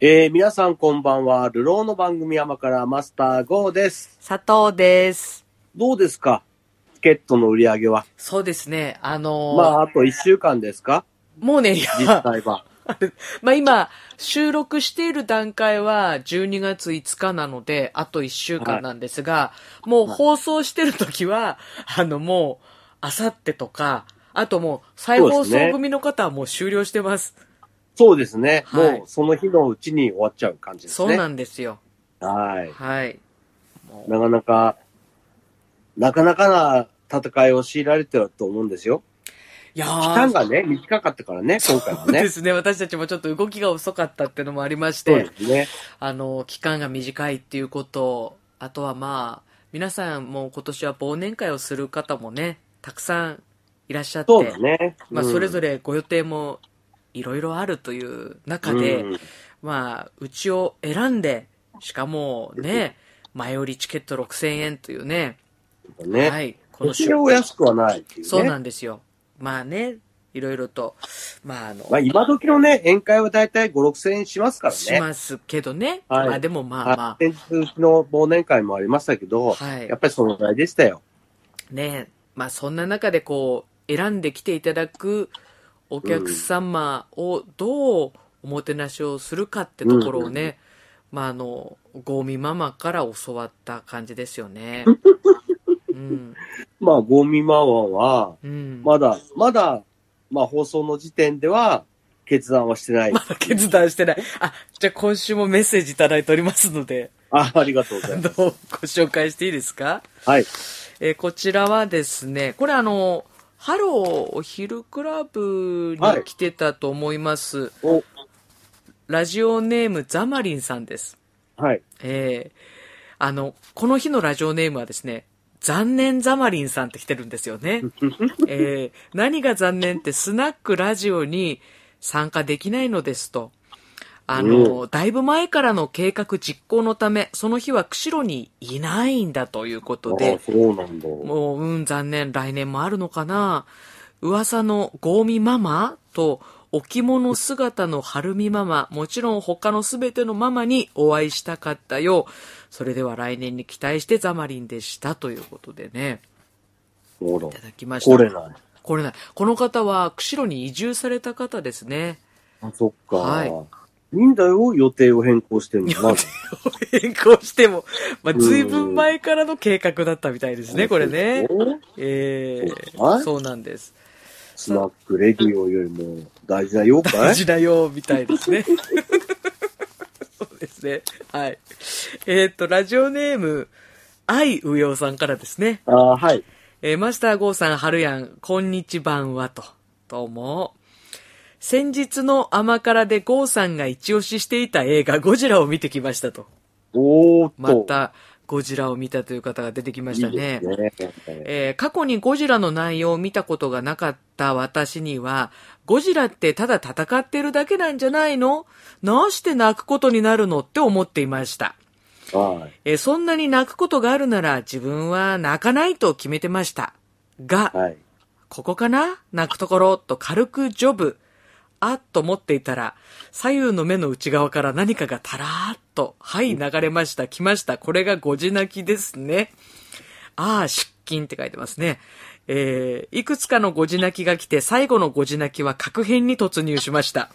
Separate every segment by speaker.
Speaker 1: えー、皆さんこんばんは。流浪の番組山からマスター GO です。
Speaker 2: 佐藤です。
Speaker 1: どうですかチケットの売り上げは。
Speaker 2: そうですね。あのー
Speaker 1: まあ、あと1週間ですか
Speaker 2: もうね、 いや
Speaker 1: 実際は。
Speaker 2: まあ今、収録している段階は12月5日なので、あと1週間なんですが、もう放送してる時は、あのもう、あさってとか、あともう、再
Speaker 1: そ
Speaker 2: 放
Speaker 1: うですね
Speaker 2: 送組の方はもう終了してます。
Speaker 1: そうですね。
Speaker 2: はい
Speaker 1: もうその日のうちに終わっちゃう感じです
Speaker 2: そ
Speaker 1: ね。
Speaker 2: うなんですよ。
Speaker 1: はい。
Speaker 2: はい。もう
Speaker 1: なかなか、なかなかな戦いを強いられてると思うんですよ。
Speaker 2: いや
Speaker 1: 期間
Speaker 2: ー、
Speaker 1: がね、短かったからね、今回は
Speaker 2: そうで
Speaker 1: ね。
Speaker 2: すね。私たちもちょっと動きが遅かったってのもありまし
Speaker 1: そう
Speaker 2: て
Speaker 1: で、すね。
Speaker 2: あの、期間が短いっていうこと、あとはまあ、皆さんもう今年は忘年会をする方もね、たくさんいらっしゃって、
Speaker 1: そうだね。
Speaker 2: まあ、それぞ
Speaker 1: れ
Speaker 2: れご予定もいろいろあるという中で、まあ、うちを選んで、しかもね、前売りチケット6000円というね、
Speaker 1: ね。
Speaker 2: はい、この
Speaker 1: 一
Speaker 2: 週、
Speaker 1: 応安くはないっていうね。
Speaker 2: そうなんですよ。まあね、いろいろと、まああの、
Speaker 1: まあ今時のね、宴会はだいたい5、6千円しますからね。
Speaker 2: しますけどね、
Speaker 1: はい
Speaker 2: まあでもまあまあ
Speaker 1: は、い。先日の忘年会もありましたけど、
Speaker 2: はい
Speaker 1: やっぱりそのぐらいでしたよ。
Speaker 2: ねまあそんな中でこう選んできていただくお客様をどうおもてなしをするかってところをね、まああのゴミママから教わった感じですよ ねうん
Speaker 1: まあ、ゴミマワは、
Speaker 2: うん
Speaker 1: まだ、まだ、まあ放送の時点では決断はしてない。
Speaker 2: まだ決断してないあじゃあ今週もメッセージいただいておりますので
Speaker 1: あ、ありがとうご
Speaker 2: あ
Speaker 1: ざい
Speaker 2: の
Speaker 1: ます。
Speaker 2: ご紹介していいですか
Speaker 1: はい。
Speaker 2: えーこちらはですね、これあの、ハローお昼クラブ
Speaker 1: はい
Speaker 2: に来てたと思います。
Speaker 1: お、
Speaker 2: ラジオネームザマリンさんです。
Speaker 1: はい。
Speaker 2: えー、あの、この日のラジオネームはですね、残念ザマリンさんって来てるんですよね。えー、何が残念ってスナックラジオに参加できないのですと。あの、だいぶ前からの計画実行のため、その日は釧路にいないんだということで
Speaker 1: あ、そうなんだ。
Speaker 2: もう、うん、残念、来年もあるのかな。噂のゴミママと、置物姿の春美ママ、もちろん他のすべてのママにお会いしたかったよ。それでは来年に期待してザマリンでしたということでね、
Speaker 1: ほら
Speaker 2: いた。だきました。
Speaker 1: 来れない。
Speaker 2: これない。この方は釧路に移住された方です ね。
Speaker 1: あ、そっか。
Speaker 2: はい
Speaker 1: いいんだよ、予定を変更してるの。まず。
Speaker 2: 変更しても、まあ、随分前からの計画だったみたいですね、これね。え
Speaker 1: は
Speaker 2: ー、
Speaker 1: い
Speaker 2: そうなんです。
Speaker 1: スナックレディオよりも大事なよか
Speaker 2: 大
Speaker 1: い
Speaker 2: 事だよ、みたいですね。 そうですね。はい。えーっと、ラジオネーム、愛うようさんからですね。
Speaker 1: ああ、はい。
Speaker 2: えーマスターゴーさん、はるやん、こんにちばんはと。どうも。先日の甘辛でゴーさんが一押ししていた映画、ゴジラを見てきましたと。
Speaker 1: おーっと。
Speaker 2: また、ゴジラを見たという方が出てきました
Speaker 1: いいですね
Speaker 2: えー過去にゴジラの内容を見たことがなかった私には、ゴジラってただ戦ってるだけなんじゃないのなして泣くことになるのって思っていました。
Speaker 1: はい。
Speaker 2: えーそんなに泣くことがあるなら自分は泣かないと決めてました。が、
Speaker 1: はい。
Speaker 2: ここかな泣くところと軽くジョブ。あっと思っていたら、左右の目の内側から何かがたらーっと、はい、流れました、来ました。これがごじ泣きですね。ああ、失禁って書いてますね。えー、いくつかのごじ泣きが来て、最後のごじ泣きは確変に突入しました。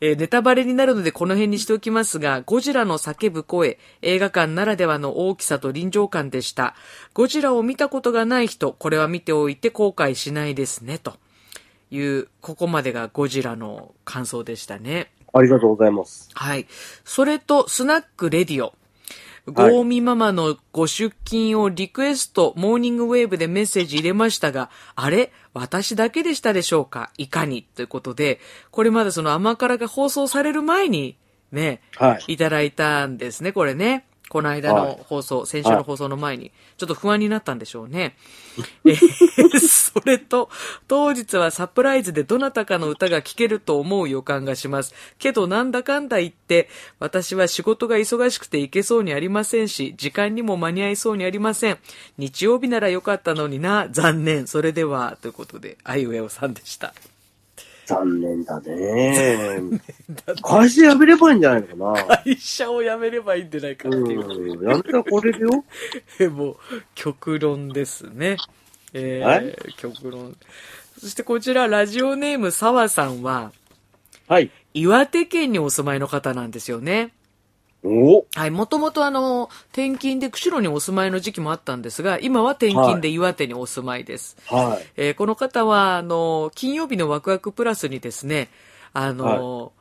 Speaker 2: えーネタバレになるのでこの辺にしておきますが、ゴジラの叫ぶ声、映画館ならではの大きさと臨場感でした。ゴジラを見たことがない人、これは見ておいて後悔しないですね、という、ここまでがゴジラの感想でしたね。
Speaker 1: ありがとうございます。
Speaker 2: はい。それと、スナックレディオ。ゴーミママのご出勤をリクエスト、モーニングウェーブでメッセージ入れましたが、あれ私だけでしたでしょうかいかにということで、これまだその甘辛が放送される前に、ね、
Speaker 1: はい。
Speaker 2: いただいたんですね、これね。この間
Speaker 1: はい
Speaker 2: の放送、先週の放送の前に、ちょっと不安になったんでしょう ね。えーそれと、当日はサプライズでどなたかの歌が聴けると思う予感がします。けどなんだかんだ言って、私は仕事が忙しくて行けそうにありませんし、時間にも間に合いそうにありません。日曜日ならよかったのにな、残念。それでは、ということで、あいうえおさんでした。
Speaker 1: 残念 だね。会社辞めればいいんじゃないのかな。
Speaker 2: 会社を辞めればいいんじゃないかって
Speaker 1: う
Speaker 2: い
Speaker 1: ん
Speaker 2: う。。
Speaker 1: やめたらこれでよ。
Speaker 2: えもう、極論ですね。えー
Speaker 1: はい
Speaker 2: 極論。そしてこちら、ラジオネーム沢さんは、
Speaker 1: はい。
Speaker 2: 岩手県にお住まいの方なんですよね。
Speaker 1: お
Speaker 2: はい、もともとあの、転勤で釧路にお住まいの時期もあったんですが、今は転勤で岩手にお住まいです。
Speaker 1: はい。
Speaker 2: えーこの方は、あの、金曜日のワクワクプラスにですね、あの、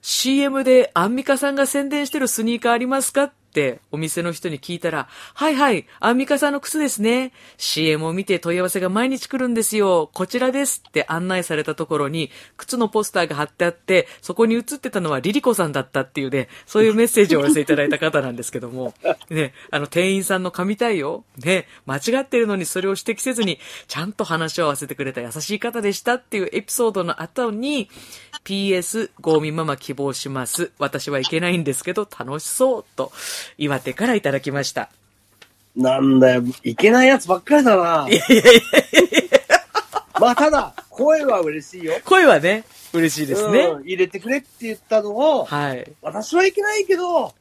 Speaker 2: CM でアンミカさんが宣伝してるスニーカーありますかってお店の人に聞いたら、はいはい、アンミカさんの靴ですね。CM を見て問い合わせが毎日来るんですよ。こちらですって案内されたところに、靴のポスターが貼ってあって、そこに写ってたのはリリコさんだったっていうね、そういうメッセージをお寄せいただいた方なんですけども、ね、あの、店員さんの神対応、ね、間違ってるのにそれを指摘せずに、ちゃんと話を合わせてくれた優しい方でしたっていうエピソードの後に、PS、ゴーミンママ希望します。私はいけないんですけど、楽しそうと、岩手からいただきました。
Speaker 1: なんだよ、いけないやつばっかりだな。まあ、ただ、声は嬉しいよ。
Speaker 2: 声はね、嬉しいですね。
Speaker 1: うん入れてくれって言ったのを、
Speaker 2: はい。
Speaker 1: 私はいけないけど、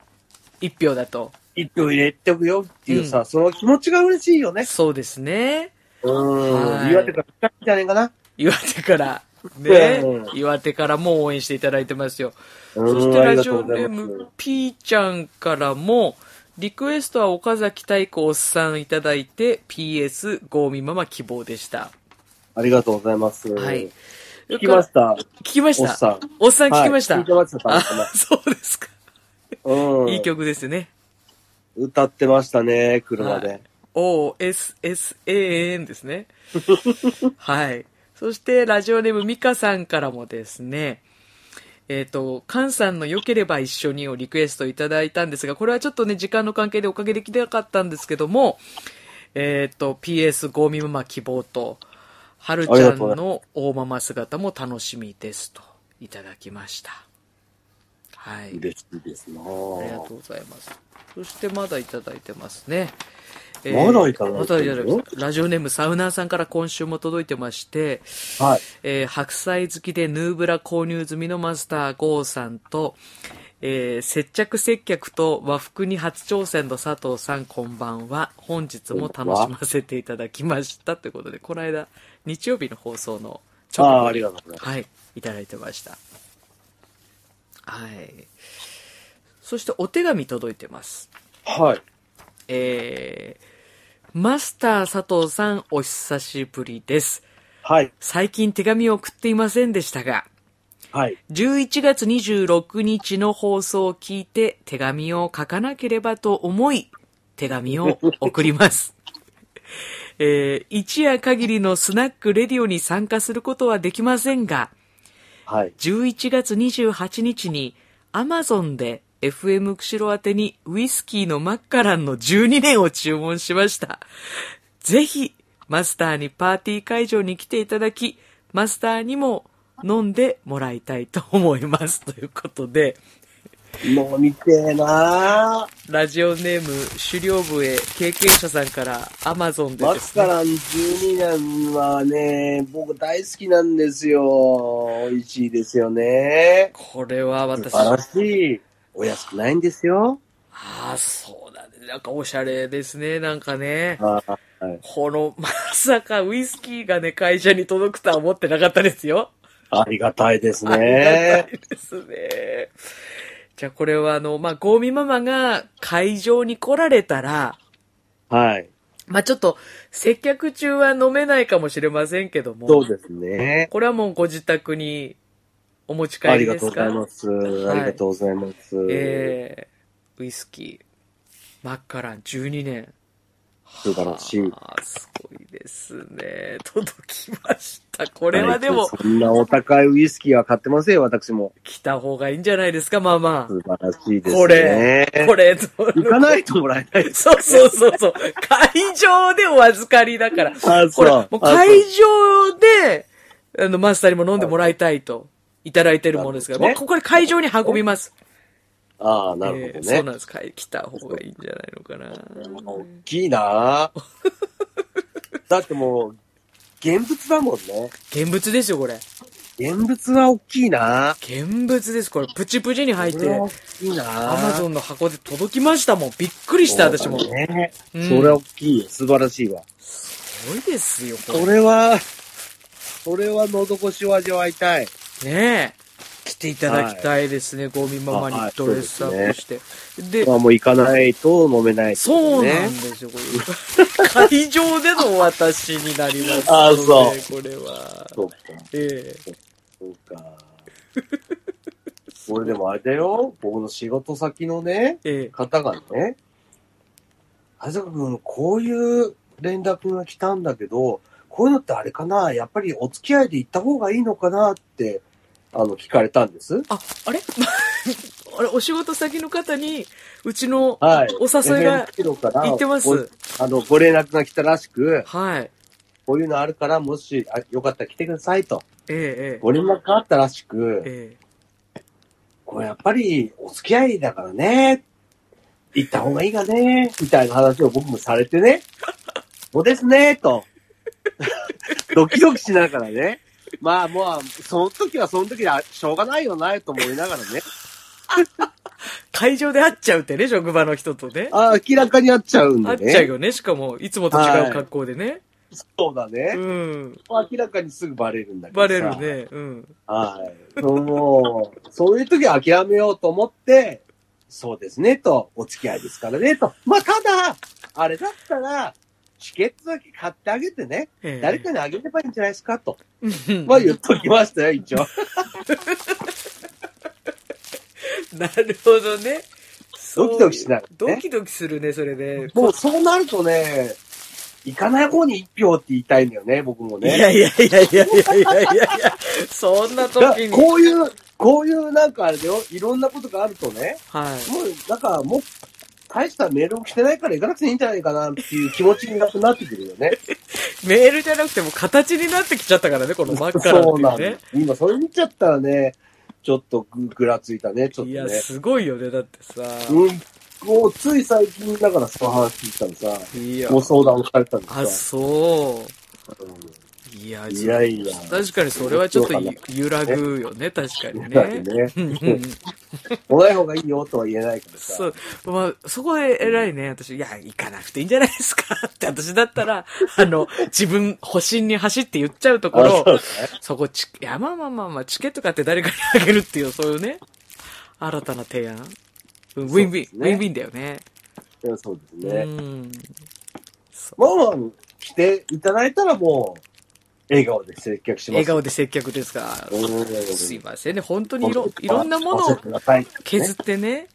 Speaker 2: 一票だと。
Speaker 1: 一票入れておくよっていうさ、
Speaker 2: う
Speaker 1: その気持ちが嬉しいよね。
Speaker 2: そうですね。
Speaker 1: う
Speaker 2: は
Speaker 1: ん。
Speaker 2: い
Speaker 1: 岩手から来たんじゃねえかな。
Speaker 2: 岩手から。ね
Speaker 1: う、ん
Speaker 2: 岩手からも応援していただいてますよ。
Speaker 1: うん
Speaker 2: そしてラジオネー
Speaker 1: ありがとうござい
Speaker 2: ム
Speaker 1: ま、
Speaker 2: P ちゃんからも、リクエストは岡崎太鼓おっさんいただいて、PS、ゴーミママ希望でした。
Speaker 1: ありがとうございます。
Speaker 2: はい。
Speaker 1: 聞きました。
Speaker 2: 聞きました。
Speaker 1: おっさん。
Speaker 2: おっさん聞きました。
Speaker 1: はい聞いてました
Speaker 2: あ
Speaker 1: たまたま
Speaker 2: そうですか。
Speaker 1: うん。
Speaker 2: いい曲ですね。
Speaker 1: 歌ってましたね、車
Speaker 2: はい
Speaker 1: で。
Speaker 2: OSSAN ですね。はい。そして、ラジオネームミカさんからもですね、えっ、と、カンさんの良ければ一緒にをリクエストいただいたんですが、これはちょっとね、時間の関係でおかげできなかったんですけども、えっ、と、PS ゴーミママ希望と、はるち
Speaker 1: あり
Speaker 2: ゃ
Speaker 1: が
Speaker 2: ん
Speaker 1: とうござい
Speaker 2: の大ママ姿も楽しみですと、いただきました。はい。
Speaker 1: 嬉しいですな
Speaker 2: ありがとうございます。そしてまだいただいてますね。え
Speaker 1: まだいただいてるの
Speaker 2: まだいただいてますラジオネームサウナーさんから今週も届いてまして、
Speaker 1: はい。
Speaker 2: えー白菜好きでヌーブラ購入済みのマスターゴーさんと、えー接着接客と和服に初挑戦の佐藤さんこんばんは。本日も楽しませていただきました。ということで、この間、日曜日の放送の
Speaker 1: あ
Speaker 2: 直後に
Speaker 1: あ、ありがとうございま
Speaker 2: はい、いただいてました。はい。そしてお手紙届いてます。
Speaker 1: す。はい。
Speaker 2: えー、マスター佐藤さんお久しぶりです。
Speaker 1: はい。
Speaker 2: 最近手紙を送っていませんでしたが、
Speaker 1: はい。
Speaker 2: 11月26日の放送を聞いて手紙を書かなければと思い、手紙を送ります。 えー一夜限りのスナックレディオに参加することはできませんが、
Speaker 1: はい。
Speaker 2: 11月28日に Amazon で FM 釧路宛てにウイスキーのマッカランの12年を注文しました。ぜひ、マスターにパーティー会場に来ていただき、マスターにも飲んでもらいたいと思います。ということで、
Speaker 1: 飲みてえな
Speaker 2: ラジオネーム狩猟部へ経験者さんから Amazon で
Speaker 1: マ
Speaker 2: で
Speaker 1: ス
Speaker 2: す
Speaker 1: カ
Speaker 2: ね。
Speaker 1: ラン12年はね、僕大好きなんですよ。美味しいですよね。
Speaker 2: これは
Speaker 1: 素
Speaker 2: 私、
Speaker 1: 晴
Speaker 2: あ
Speaker 1: らしい。お安くないんですよ。
Speaker 2: あ、そうだね。なんかおしゃれですね。なんかね。
Speaker 1: はい。
Speaker 2: この、まさかウイスキーがね、会社に届くとは思ってなかったですよ。
Speaker 1: ありがたいです
Speaker 2: ありが
Speaker 1: ね
Speaker 2: た。いですね。じゃあこれはあの、まあ、ゴーミママが会場に来られたら、
Speaker 1: はい。
Speaker 2: まあ、ちょっと、接客中は飲めないかもしれませんけども、
Speaker 1: そうですね。
Speaker 2: これはもうご自宅にお持ち帰
Speaker 1: あ
Speaker 2: り
Speaker 1: りが
Speaker 2: で
Speaker 1: と
Speaker 2: す
Speaker 1: うござ
Speaker 2: か
Speaker 1: います。
Speaker 2: はい
Speaker 1: ありがとうございます。
Speaker 2: えー、ウイスキー、マッカラン12年。
Speaker 1: 素晴らしい
Speaker 2: はあすごいですね。届きました。これはでも、
Speaker 1: そんなお高いウイスキーは買ってませんよ、私も。
Speaker 2: 来た方がいいんじゃないですか、まあま
Speaker 1: 素晴らしい
Speaker 2: あ。
Speaker 1: ですね。
Speaker 2: これ、これ、
Speaker 1: 行かないともらえないです。
Speaker 2: そうそうそうそう。会場でお預かりだから。
Speaker 1: あ、
Speaker 2: これ、
Speaker 1: そ
Speaker 2: もう会場で、あの、マスターにも飲んでもらいたいと、いただいてるものですから、
Speaker 1: なる
Speaker 2: も
Speaker 1: ほ
Speaker 2: うこれ会場に運びます。
Speaker 1: ああ、なるほど
Speaker 2: えーそう
Speaker 1: ね。
Speaker 2: なんです。か来た方がいいんじゃないのかな。
Speaker 1: 大きい なだってもう、現物だもんね。
Speaker 2: 現物ですよ、これ。
Speaker 1: 現物は大きいな。
Speaker 2: 見物です。これ、プチプチに入っ
Speaker 1: これ
Speaker 2: て
Speaker 1: は、大きいな。
Speaker 2: アマゾンの箱で届きましたもん。びっくりした、私も。
Speaker 1: そう
Speaker 2: す
Speaker 1: だね。
Speaker 2: うん
Speaker 1: それは大きいよ。素晴らしいわ。
Speaker 2: ごいですよ、こ
Speaker 1: それは、それは喉越しを味わいたい。
Speaker 2: れ。ねえ。来ていただきたいですね、ゴミママ
Speaker 1: あは
Speaker 2: に
Speaker 1: い
Speaker 2: ドレスアップして。で、
Speaker 1: まあもう行かないと飲めない、
Speaker 2: そうなん。ですよ、これ。 会場での私になります。
Speaker 1: あそ
Speaker 2: こ
Speaker 1: う
Speaker 2: れは。
Speaker 1: そうか、
Speaker 2: ええ
Speaker 1: そうか。 俺でもあれだよ。僕の仕事先のね、
Speaker 2: え
Speaker 1: 方がね、あずかくん、こういう連絡が来たんだけど、こういうのってあれかなやっぱりお付き合いで行った方がいいのかなって、あの、聞かれたんです。
Speaker 2: あ、あれ あれ、お仕事先の方に、うちの
Speaker 1: はい。
Speaker 2: お誘いが
Speaker 1: FM キロから
Speaker 2: 行ってま
Speaker 1: ご
Speaker 2: す。
Speaker 1: あの、ご連絡が来たらしく、
Speaker 2: はい。
Speaker 1: こういうのあるから、もし、あよかったら来てくださいと。
Speaker 2: ええ
Speaker 1: ご連絡があったらしく、
Speaker 2: ええ
Speaker 1: これやっぱりお付き合いだからね、行った方がいいがね、みたいな話を僕もされてね、そうですね、と。 ドキドキしながらね。まあまあ、その時はその時であしょうがないよな、と思いながらね。
Speaker 2: 会場で会っちゃうってね、職場の人とね。
Speaker 1: あ明らかにあっちゃうん
Speaker 2: 会
Speaker 1: だ
Speaker 2: っちゃう
Speaker 1: ね。
Speaker 2: よね、しかも、いつもと違う格好でね。
Speaker 1: そうだね。
Speaker 2: うん。
Speaker 1: 明らかにすぐバレるんだけど
Speaker 2: バ
Speaker 1: さ。
Speaker 2: レるね。うん。
Speaker 1: はい。もう、そういう時は諦めようと思って、そうですね、と、お付き合いですからね、と。まあ、ただ、あれだったら、チケットだけ買ってあげてね、
Speaker 2: ええ
Speaker 1: 誰かにあげればいいんじゃないですか、と。
Speaker 2: うん
Speaker 1: まあ、言っときましたよ、一応。
Speaker 2: なるほどね。そう
Speaker 1: ドキドキしながらね
Speaker 2: ドキドキするね、それで。
Speaker 1: もう、そうなるとね、行かない方に一票って言いたいんだよね、僕も
Speaker 2: い
Speaker 1: ね。
Speaker 2: やいやいやいやいやいやいやそんな
Speaker 1: だ
Speaker 2: 時に。
Speaker 1: こういう、こういうなんかあれだよ、いろんなことがあるとね、
Speaker 2: はい。
Speaker 1: もう、なんか、もう、大したメールも来てないから行かなくていいんじゃないかなっていう気持ちになくなってくるよね。
Speaker 2: メールじゃなくても形になってきちゃったからね、この真っ赤なって
Speaker 1: そう
Speaker 2: い
Speaker 1: な
Speaker 2: うん
Speaker 1: だ
Speaker 2: ね。。
Speaker 1: 今、それ見ちゃったらね、ちょっとぐぐらついたね、ちょっと
Speaker 2: いや、
Speaker 1: ね。
Speaker 2: すごいよね、だってさ。
Speaker 1: うん。もう、つい最近だからその話聞いたらさ、
Speaker 2: いや
Speaker 1: ご、相談をされたんです
Speaker 2: あ、
Speaker 1: か
Speaker 2: そう。
Speaker 1: う
Speaker 2: いや、
Speaker 1: んいやいや。
Speaker 2: 確かにそれはちょっと揺らぐよね、確かに
Speaker 1: だって
Speaker 2: ね。
Speaker 1: ね、
Speaker 2: うんうん
Speaker 1: 来ない方がいいよとは言えないけど
Speaker 2: そ
Speaker 1: さ。
Speaker 2: う。まあ、そこで偉いね。私、いや、行かなくていいんじゃないですかって、私だった ら、あの、自分、保身に走って言っちゃうとこ
Speaker 1: あ
Speaker 2: ろ、
Speaker 1: そうね
Speaker 2: そこち、いや、まあまあまあまあ、チケット買って誰かにあげるっていう、そういうね、新たな提案。うんウィンウィン、
Speaker 1: そうですね
Speaker 2: ウィンウィンだよね。
Speaker 1: いやそうです
Speaker 2: う
Speaker 1: ね。
Speaker 2: ん。
Speaker 1: まあまあ、来ていただいたらもう、笑顔で接客します。
Speaker 2: 笑顔で接客ですか。
Speaker 1: うん
Speaker 2: すいませんね。本当にいろ、いろんなもの
Speaker 1: 合わ
Speaker 2: を
Speaker 1: せてくださいね
Speaker 2: 削って ね、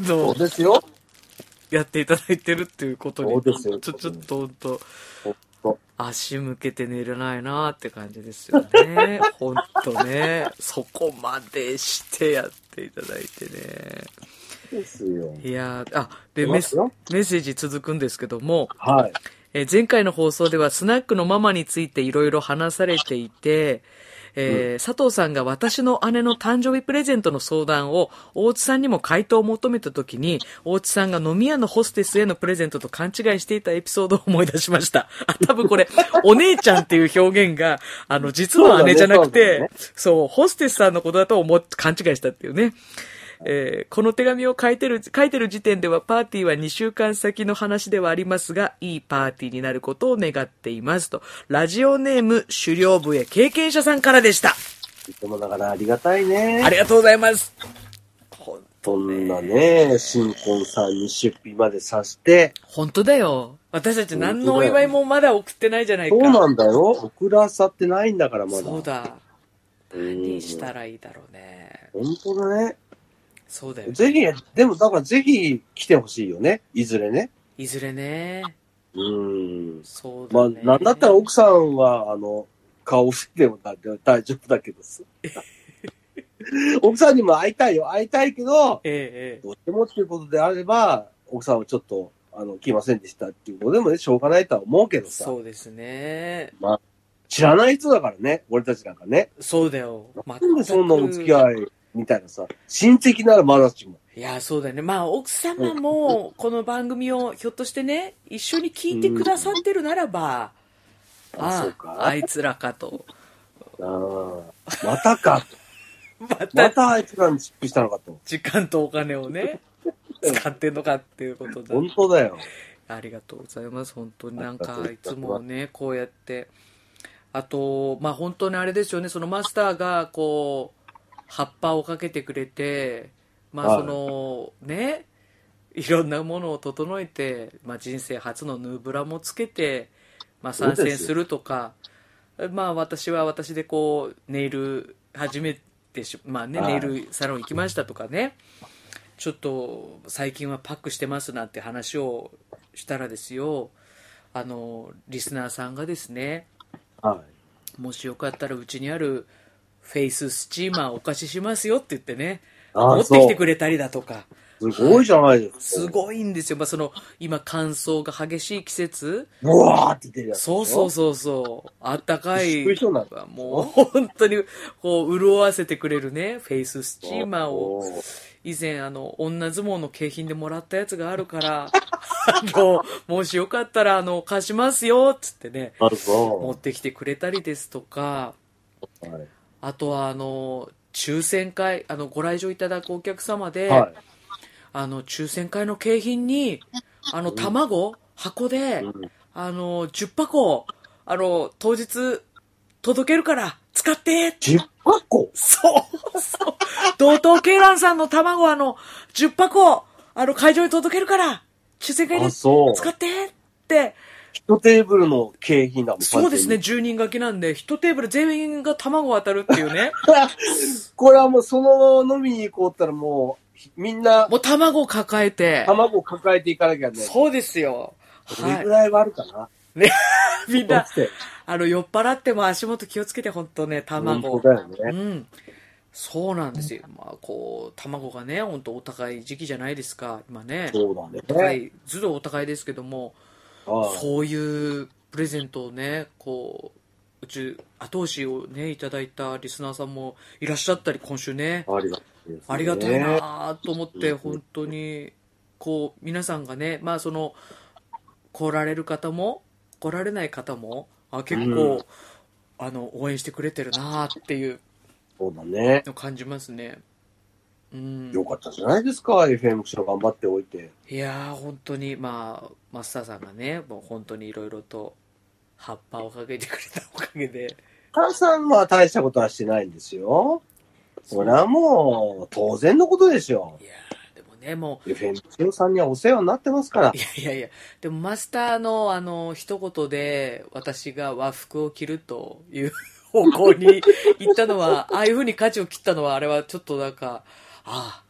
Speaker 2: あ
Speaker 1: そ
Speaker 2: の
Speaker 1: う、ですよ。
Speaker 2: やっていただいてるっていうことに、
Speaker 1: そうですよ
Speaker 2: ちょ、ちょっと本当
Speaker 1: ほんと
Speaker 2: 足向けて寝れないなーって感じですよ ね。ほんとね。そこまでしてやっていただいてね。
Speaker 1: ですよ。
Speaker 2: いやー、あ、で、
Speaker 1: 出
Speaker 2: メッ
Speaker 1: ます
Speaker 2: セ
Speaker 1: よ
Speaker 2: メッセージ続くんですけども、
Speaker 1: はい。
Speaker 2: えー前回の放送ではスナックのママについていろいろ話されていて、えー佐藤さんが私の姉の誕生日プレゼントの相談を大津さんにも回答を求めた時に、大津さんが飲み屋のホステスへのプレゼントと勘違いしていたエピソードを思い出しました。あ、多分これ、お姉ちゃんっていう表現が、あの、実の姉じゃなく
Speaker 1: そうだ
Speaker 2: て
Speaker 1: ね、
Speaker 2: そう、ホステスさんのことだと思って勘違いしたっていうね。えーこの手紙を書いてる、書いてる時点ではパーティーは2週間先の話ではありますが、いいパーティーになることを願っていますと。ラジオネーム、狩猟部へ経験者さんからでした。
Speaker 1: でもだからありがたいね。
Speaker 2: ありがとうございます。ほん、
Speaker 1: そんなね、新婚さんに出費までさして、
Speaker 2: 本当だよ。私たち何のお祝いもまだ送ってないじゃないか。
Speaker 1: そうなんだよ。送らさってないんだから、まだ。
Speaker 2: そうだ。
Speaker 1: うん
Speaker 2: 何したらいいだろうね。
Speaker 1: 本当だね。
Speaker 2: そうだよ。
Speaker 1: ぜひ、でもだからぜひ来てほしいよね。いずれね。
Speaker 2: いずれね。
Speaker 1: うん。
Speaker 2: そう
Speaker 1: ま
Speaker 2: だ
Speaker 1: あ、
Speaker 2: ね。
Speaker 1: なんだったら奥さんは、あの、顔伏せても大丈夫だけど さ。奥さんにも会いたいよ。会いたいけど、
Speaker 2: ええ、え
Speaker 1: どうしてもっていうことであれば、奥さんはちょっと、あの、来ませんでしたっていうことでもね、しょうがないとは思うけ
Speaker 2: え。
Speaker 1: どさ。
Speaker 2: そうですね。
Speaker 1: 知らない人だからね、俺たちなんかね。
Speaker 2: そうだよ。
Speaker 1: なんでそんなお付き
Speaker 2: い
Speaker 1: 合いみたいなさ、親戚ならまだしも。
Speaker 2: いや、そうだよね。まあ、奥様も、この番組を、ひょっとしてね、一緒に聞いてくださってるならば、あ
Speaker 1: あ、そう
Speaker 2: あ、あ
Speaker 1: か。
Speaker 2: いつらかと、
Speaker 1: ああまた か。
Speaker 2: ま
Speaker 1: ま
Speaker 2: た、
Speaker 1: たあいつらにチップしたのかと。
Speaker 2: 時間とお金をね、使ってんのかっていうことだ。
Speaker 1: 本当だよ。
Speaker 2: ありがとうございます。本当になん
Speaker 1: ありが
Speaker 2: か
Speaker 1: と
Speaker 2: い
Speaker 1: うござ
Speaker 2: つ
Speaker 1: います
Speaker 2: もね、こうやって。あと、まあ本当にあれですよね、そのマスターがこう、葉っぱをかけてくれて、ま
Speaker 1: は
Speaker 2: あ
Speaker 1: い
Speaker 2: その、ね、いろんなものを整えて、まあ人生初のヌーブラもつけて、まあ参
Speaker 1: そうで
Speaker 2: 戦
Speaker 1: すよ
Speaker 2: するとか、まあ私は私でこう、ネイル始めてし、まあね、
Speaker 1: は
Speaker 2: ネイ
Speaker 1: い
Speaker 2: ルサロン行きましたとかね、ちょっと最近はパックしてますなんて話をしたらですよ、あの、リスナーさんがですね、
Speaker 1: は
Speaker 2: もしよかったらうちにあるフェイススチーマーお貸ししますよって言ってね、
Speaker 1: ああ
Speaker 2: 持ってきてくれたりだとか、
Speaker 1: い。すごいじゃないですか。
Speaker 2: すごいんですよ。まあ、その、今乾燥が激しい季節、
Speaker 1: うわーって出るやつ。
Speaker 2: そうそうそうそう、あったかい
Speaker 1: びっくりしたな、
Speaker 2: もう本当に、こう、潤わせてくれるね、フェイススチーマーを。
Speaker 1: おー。
Speaker 2: 以前あの女相撲の景品でもらったやつがあるから あのもしよかったらあの貸しますよっつってね
Speaker 1: あるぞ。
Speaker 2: 持ってきてくれたりですとか
Speaker 1: はい
Speaker 2: あとはあの抽選会あのご来場いただくお客様で、
Speaker 1: はい。
Speaker 2: あの抽選会の景品にあの卵箱で、
Speaker 1: うん
Speaker 2: あの10箱あの当日届けるから使って
Speaker 1: 10箱
Speaker 2: そうそう。同東鶏卵さんの卵あの、10箱、あの、会場に届けるから、抽選会で
Speaker 1: あ、
Speaker 2: 使
Speaker 1: そう。
Speaker 2: ってって。
Speaker 1: 一テーブルの景品だもん。
Speaker 2: そうですね、。10人掛けなんで、1テーブル全員が卵を当たるっていうね。
Speaker 1: これはもうその飲みに行こうったらもう、みんな
Speaker 2: もう卵を抱えて。
Speaker 1: 卵抱えていかなきゃね。
Speaker 2: そうですよ。
Speaker 1: どれぐ
Speaker 2: は
Speaker 1: らいはあるかな、
Speaker 2: い。 みん
Speaker 1: だ
Speaker 2: な
Speaker 1: っ、て。
Speaker 2: あの、酔っ払っても足元気をつけて、ほんとね、
Speaker 1: 本
Speaker 2: 卵
Speaker 1: 当。だよ
Speaker 2: う
Speaker 1: ね。
Speaker 2: ん。そうなんですよ。まあ、こう、卵がね、ほんとお高い時期じゃないですか、今ね。
Speaker 1: そうだ
Speaker 2: お高
Speaker 1: ね。
Speaker 2: い、ずっとお高いですけども、
Speaker 1: はい。
Speaker 2: そういうプレゼントをね、こう、うち、後押しをね、いただいたリスナーさんもいらっしゃったり、今週ね、
Speaker 1: ありがたいですね
Speaker 2: ありがたいなと思って、
Speaker 1: うん
Speaker 2: 本当に、こう、皆さんがね、まあ、その、来られる方も、来られない方も、あ結構、あの、応援してくれてるなっていう
Speaker 1: そうだね。
Speaker 2: のを感じますね。うん。
Speaker 1: よかったじゃないですか、FM 記者頑張っておいて。
Speaker 2: いやー本当にまあマスターさんがねもう本当にいろいろと葉っぱをかけてくれたおかげで
Speaker 1: 母さんは大したことはしてないんですよ。それはもう、当然のことでしょ
Speaker 2: いやーでもねも
Speaker 1: FM 記者さんにはお世話になってますか
Speaker 2: う
Speaker 1: ら
Speaker 2: い。やいやいやでもマスターのあの一言で私が和服を着るという方向に行ったの はああいうふうに舵を切ったのはあれはちょっとなんかあ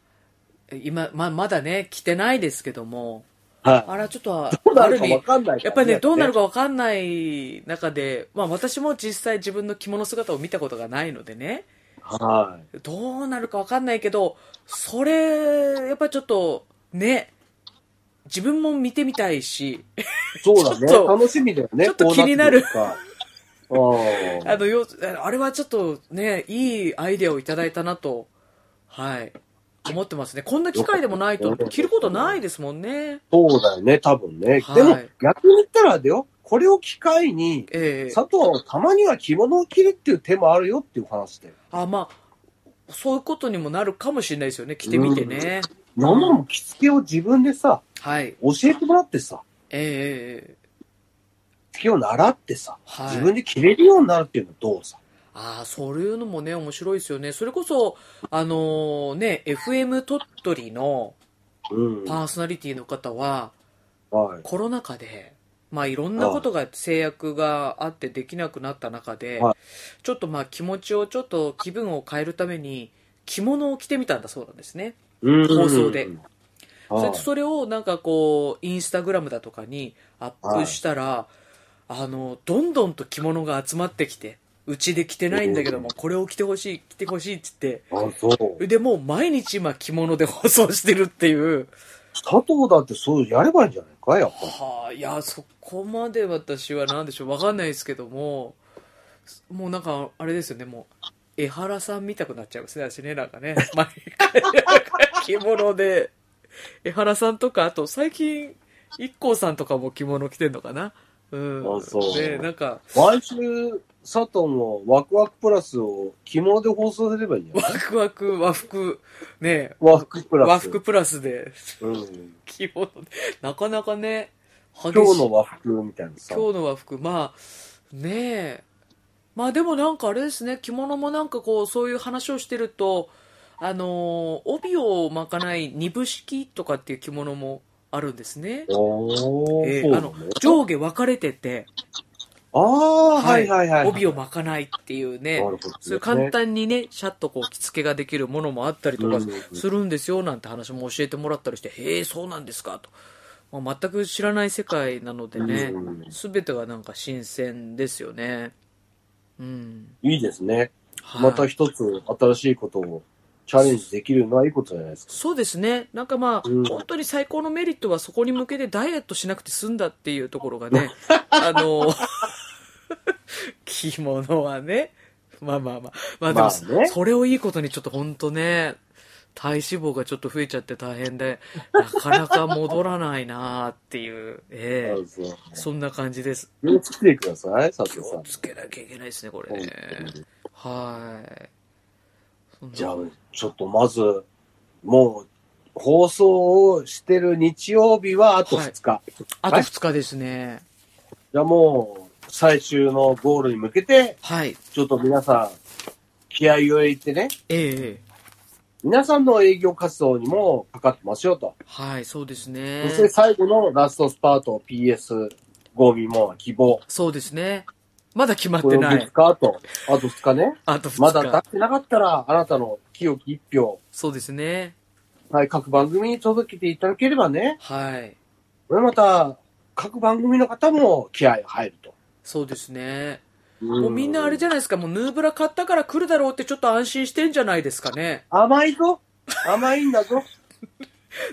Speaker 2: あ今ままだね着てないですけども
Speaker 1: は
Speaker 2: あれはちょっとあ
Speaker 1: い。どうな
Speaker 2: ある
Speaker 1: る
Speaker 2: 意
Speaker 1: か
Speaker 2: 味
Speaker 1: わかんないから
Speaker 2: やっぱりね、どうなるかわかんない中で、まあ私も実際自分の着物姿を見たことがないのでね、
Speaker 1: は
Speaker 2: どうなるかわかんないけど、それ、やっぱちょっと、ね、自分も見てみたいし、
Speaker 1: い。そうだね。
Speaker 2: ちょっと
Speaker 1: 楽しみだよね。
Speaker 2: ちょっと気になる
Speaker 1: こうってくるか。
Speaker 2: あ
Speaker 1: ああ。
Speaker 2: の、よ、あれはちょっとね、いいアイデアをいただいたなと、はい、思ってますね。こんな機会でもないと、着ることないですもんね。
Speaker 1: そうだよね、多分ね。
Speaker 2: はい
Speaker 1: でも、逆に言ったらあれだよ。これを機会に、
Speaker 2: ええ
Speaker 1: 佐藤、たまには着物を着るっていう手もあるよっていう話で。
Speaker 2: あ、まあ、そういうことにもなるかもしれないですよね、着てみてね。
Speaker 1: 生も着付けを自分でさ、
Speaker 2: はい、
Speaker 1: 教えてもらってさ、
Speaker 2: ええええええ。
Speaker 1: 着付けを習ってさ、
Speaker 2: はい
Speaker 1: 自分で着れるようになるっていうのはどうさ。
Speaker 2: ああ、そういうのもね、面白いですよね。それこそ、あのね、FM 鳥取の
Speaker 1: うん。
Speaker 2: パーソナリティの方は、
Speaker 1: は
Speaker 2: コロナ禍で、まあいろんなことが制約があってできなくなった中で
Speaker 1: は、
Speaker 2: ちょっとまあ気持ちをちょっと気分を変えるために、着物を着てみたんだそうなんですね。
Speaker 1: い。
Speaker 2: 放送で
Speaker 1: うん。
Speaker 2: それ
Speaker 1: は
Speaker 2: で
Speaker 1: い
Speaker 2: それをなんかこう、インスタグラムだとかにアップしたら、あの、どんどんと着物が集まってきて、うちで着てないんだけども、これを着てほしい、着てほしいって言って、
Speaker 1: あ、そう。
Speaker 2: で、もう毎日今着物で放送してるっていう。
Speaker 1: 佐藤だってそうやればいいんじゃないか、やっぱり。
Speaker 2: はあ、いや、そこまで私は何でしょう、わかんないですけども、もうなんか、あれですよね、もう、江原さん見たくなっちゃいますね、私ね、なんか ね。毎回、なんか着物で。江原さんとか、あと最近、一光さんとかも着物着てんのかなうん。
Speaker 1: あそう
Speaker 2: ねなんか、
Speaker 1: 毎週、佐藤のワクワクプラスを着物で放送すればいいんじゃ
Speaker 2: ワ
Speaker 1: ない
Speaker 2: クワク、和服、ね
Speaker 1: 和服プラス。
Speaker 2: 和服プラスで、
Speaker 1: うん。
Speaker 2: 着物で、なかなかね、激しい
Speaker 1: 今日の和服みたいなさ。
Speaker 2: 今日の和服まあねえまあでもなんかあれですね着物もなんかこうそういう話をしてるとあのー帯を巻かない二部式とかっていう着物もあるんですね、
Speaker 1: おー、
Speaker 2: えー
Speaker 1: そうな
Speaker 2: あ
Speaker 1: の
Speaker 2: の上下分かれてて
Speaker 1: ああー、はいはいはい。
Speaker 2: 帯を巻かないっていうね
Speaker 1: なるほどね
Speaker 2: そういう簡単にねシャッとこう着付けができるものもあったりとか
Speaker 1: うんうんうん
Speaker 2: するんですよなんて話も教えてもらったりしてへえそうなんですかと、まあ、全く知らない世界なのでね
Speaker 1: うんうん
Speaker 2: 全てがなんか新鮮ですよねうん、
Speaker 1: いいですね。
Speaker 2: はい
Speaker 1: また一つ新しいことをチャレンジできるのはいいことじゃないですか。
Speaker 2: そうですねなんかまあ、
Speaker 1: うん
Speaker 2: 本当に最高のメリットはそこに向けてダイエットしなくて済んだっていうところが ねあの 着物はねまあまあまあまあでも、
Speaker 1: まあね
Speaker 2: それをいいことにちょっと本当ね体脂肪がちょっと増えちゃって大変でなかなか戻らないなっていう、ええ
Speaker 1: そうそう
Speaker 2: そんな感じです
Speaker 1: 気をつけてください、佐
Speaker 2: 気
Speaker 1: 藤さ
Speaker 2: を
Speaker 1: ん。
Speaker 2: つけなきゃいけないですねこれ
Speaker 1: 本
Speaker 2: ね
Speaker 1: 当に
Speaker 2: はいそんな
Speaker 1: じゃあ、ちょっとまず、もう、放送をしてる日曜日はあと2日。
Speaker 2: あと2日ですね
Speaker 1: じゃあもう、最終のゴールに向けて、
Speaker 2: はい
Speaker 1: ちょっと皆さん、気合を入れてね、
Speaker 2: ええええ
Speaker 1: 皆さんの営業活動にもかかってますよと。
Speaker 2: はい、そうです
Speaker 1: そ
Speaker 2: ね。
Speaker 1: して最後のラストスパート PS5 未満は希望。
Speaker 2: そうですね。まだ決まっ
Speaker 1: こ
Speaker 2: て
Speaker 1: れを
Speaker 2: な
Speaker 1: 2
Speaker 2: い。
Speaker 1: 日と、あと2日ね。
Speaker 2: あと2日。
Speaker 1: まだ経ってなかったら、あなたの清き一票、
Speaker 2: そうですね。
Speaker 1: はい、各番組に届けていただければね、
Speaker 2: はい。
Speaker 1: これまた、各番組の方も気合入ると。
Speaker 2: そうですね。
Speaker 1: も
Speaker 2: もうみんなあれじゃないですか、もうヌーブラ買ったから来るだろうってちょっと安心してんじゃないですかね。
Speaker 1: 甘いぞ甘いんだぞ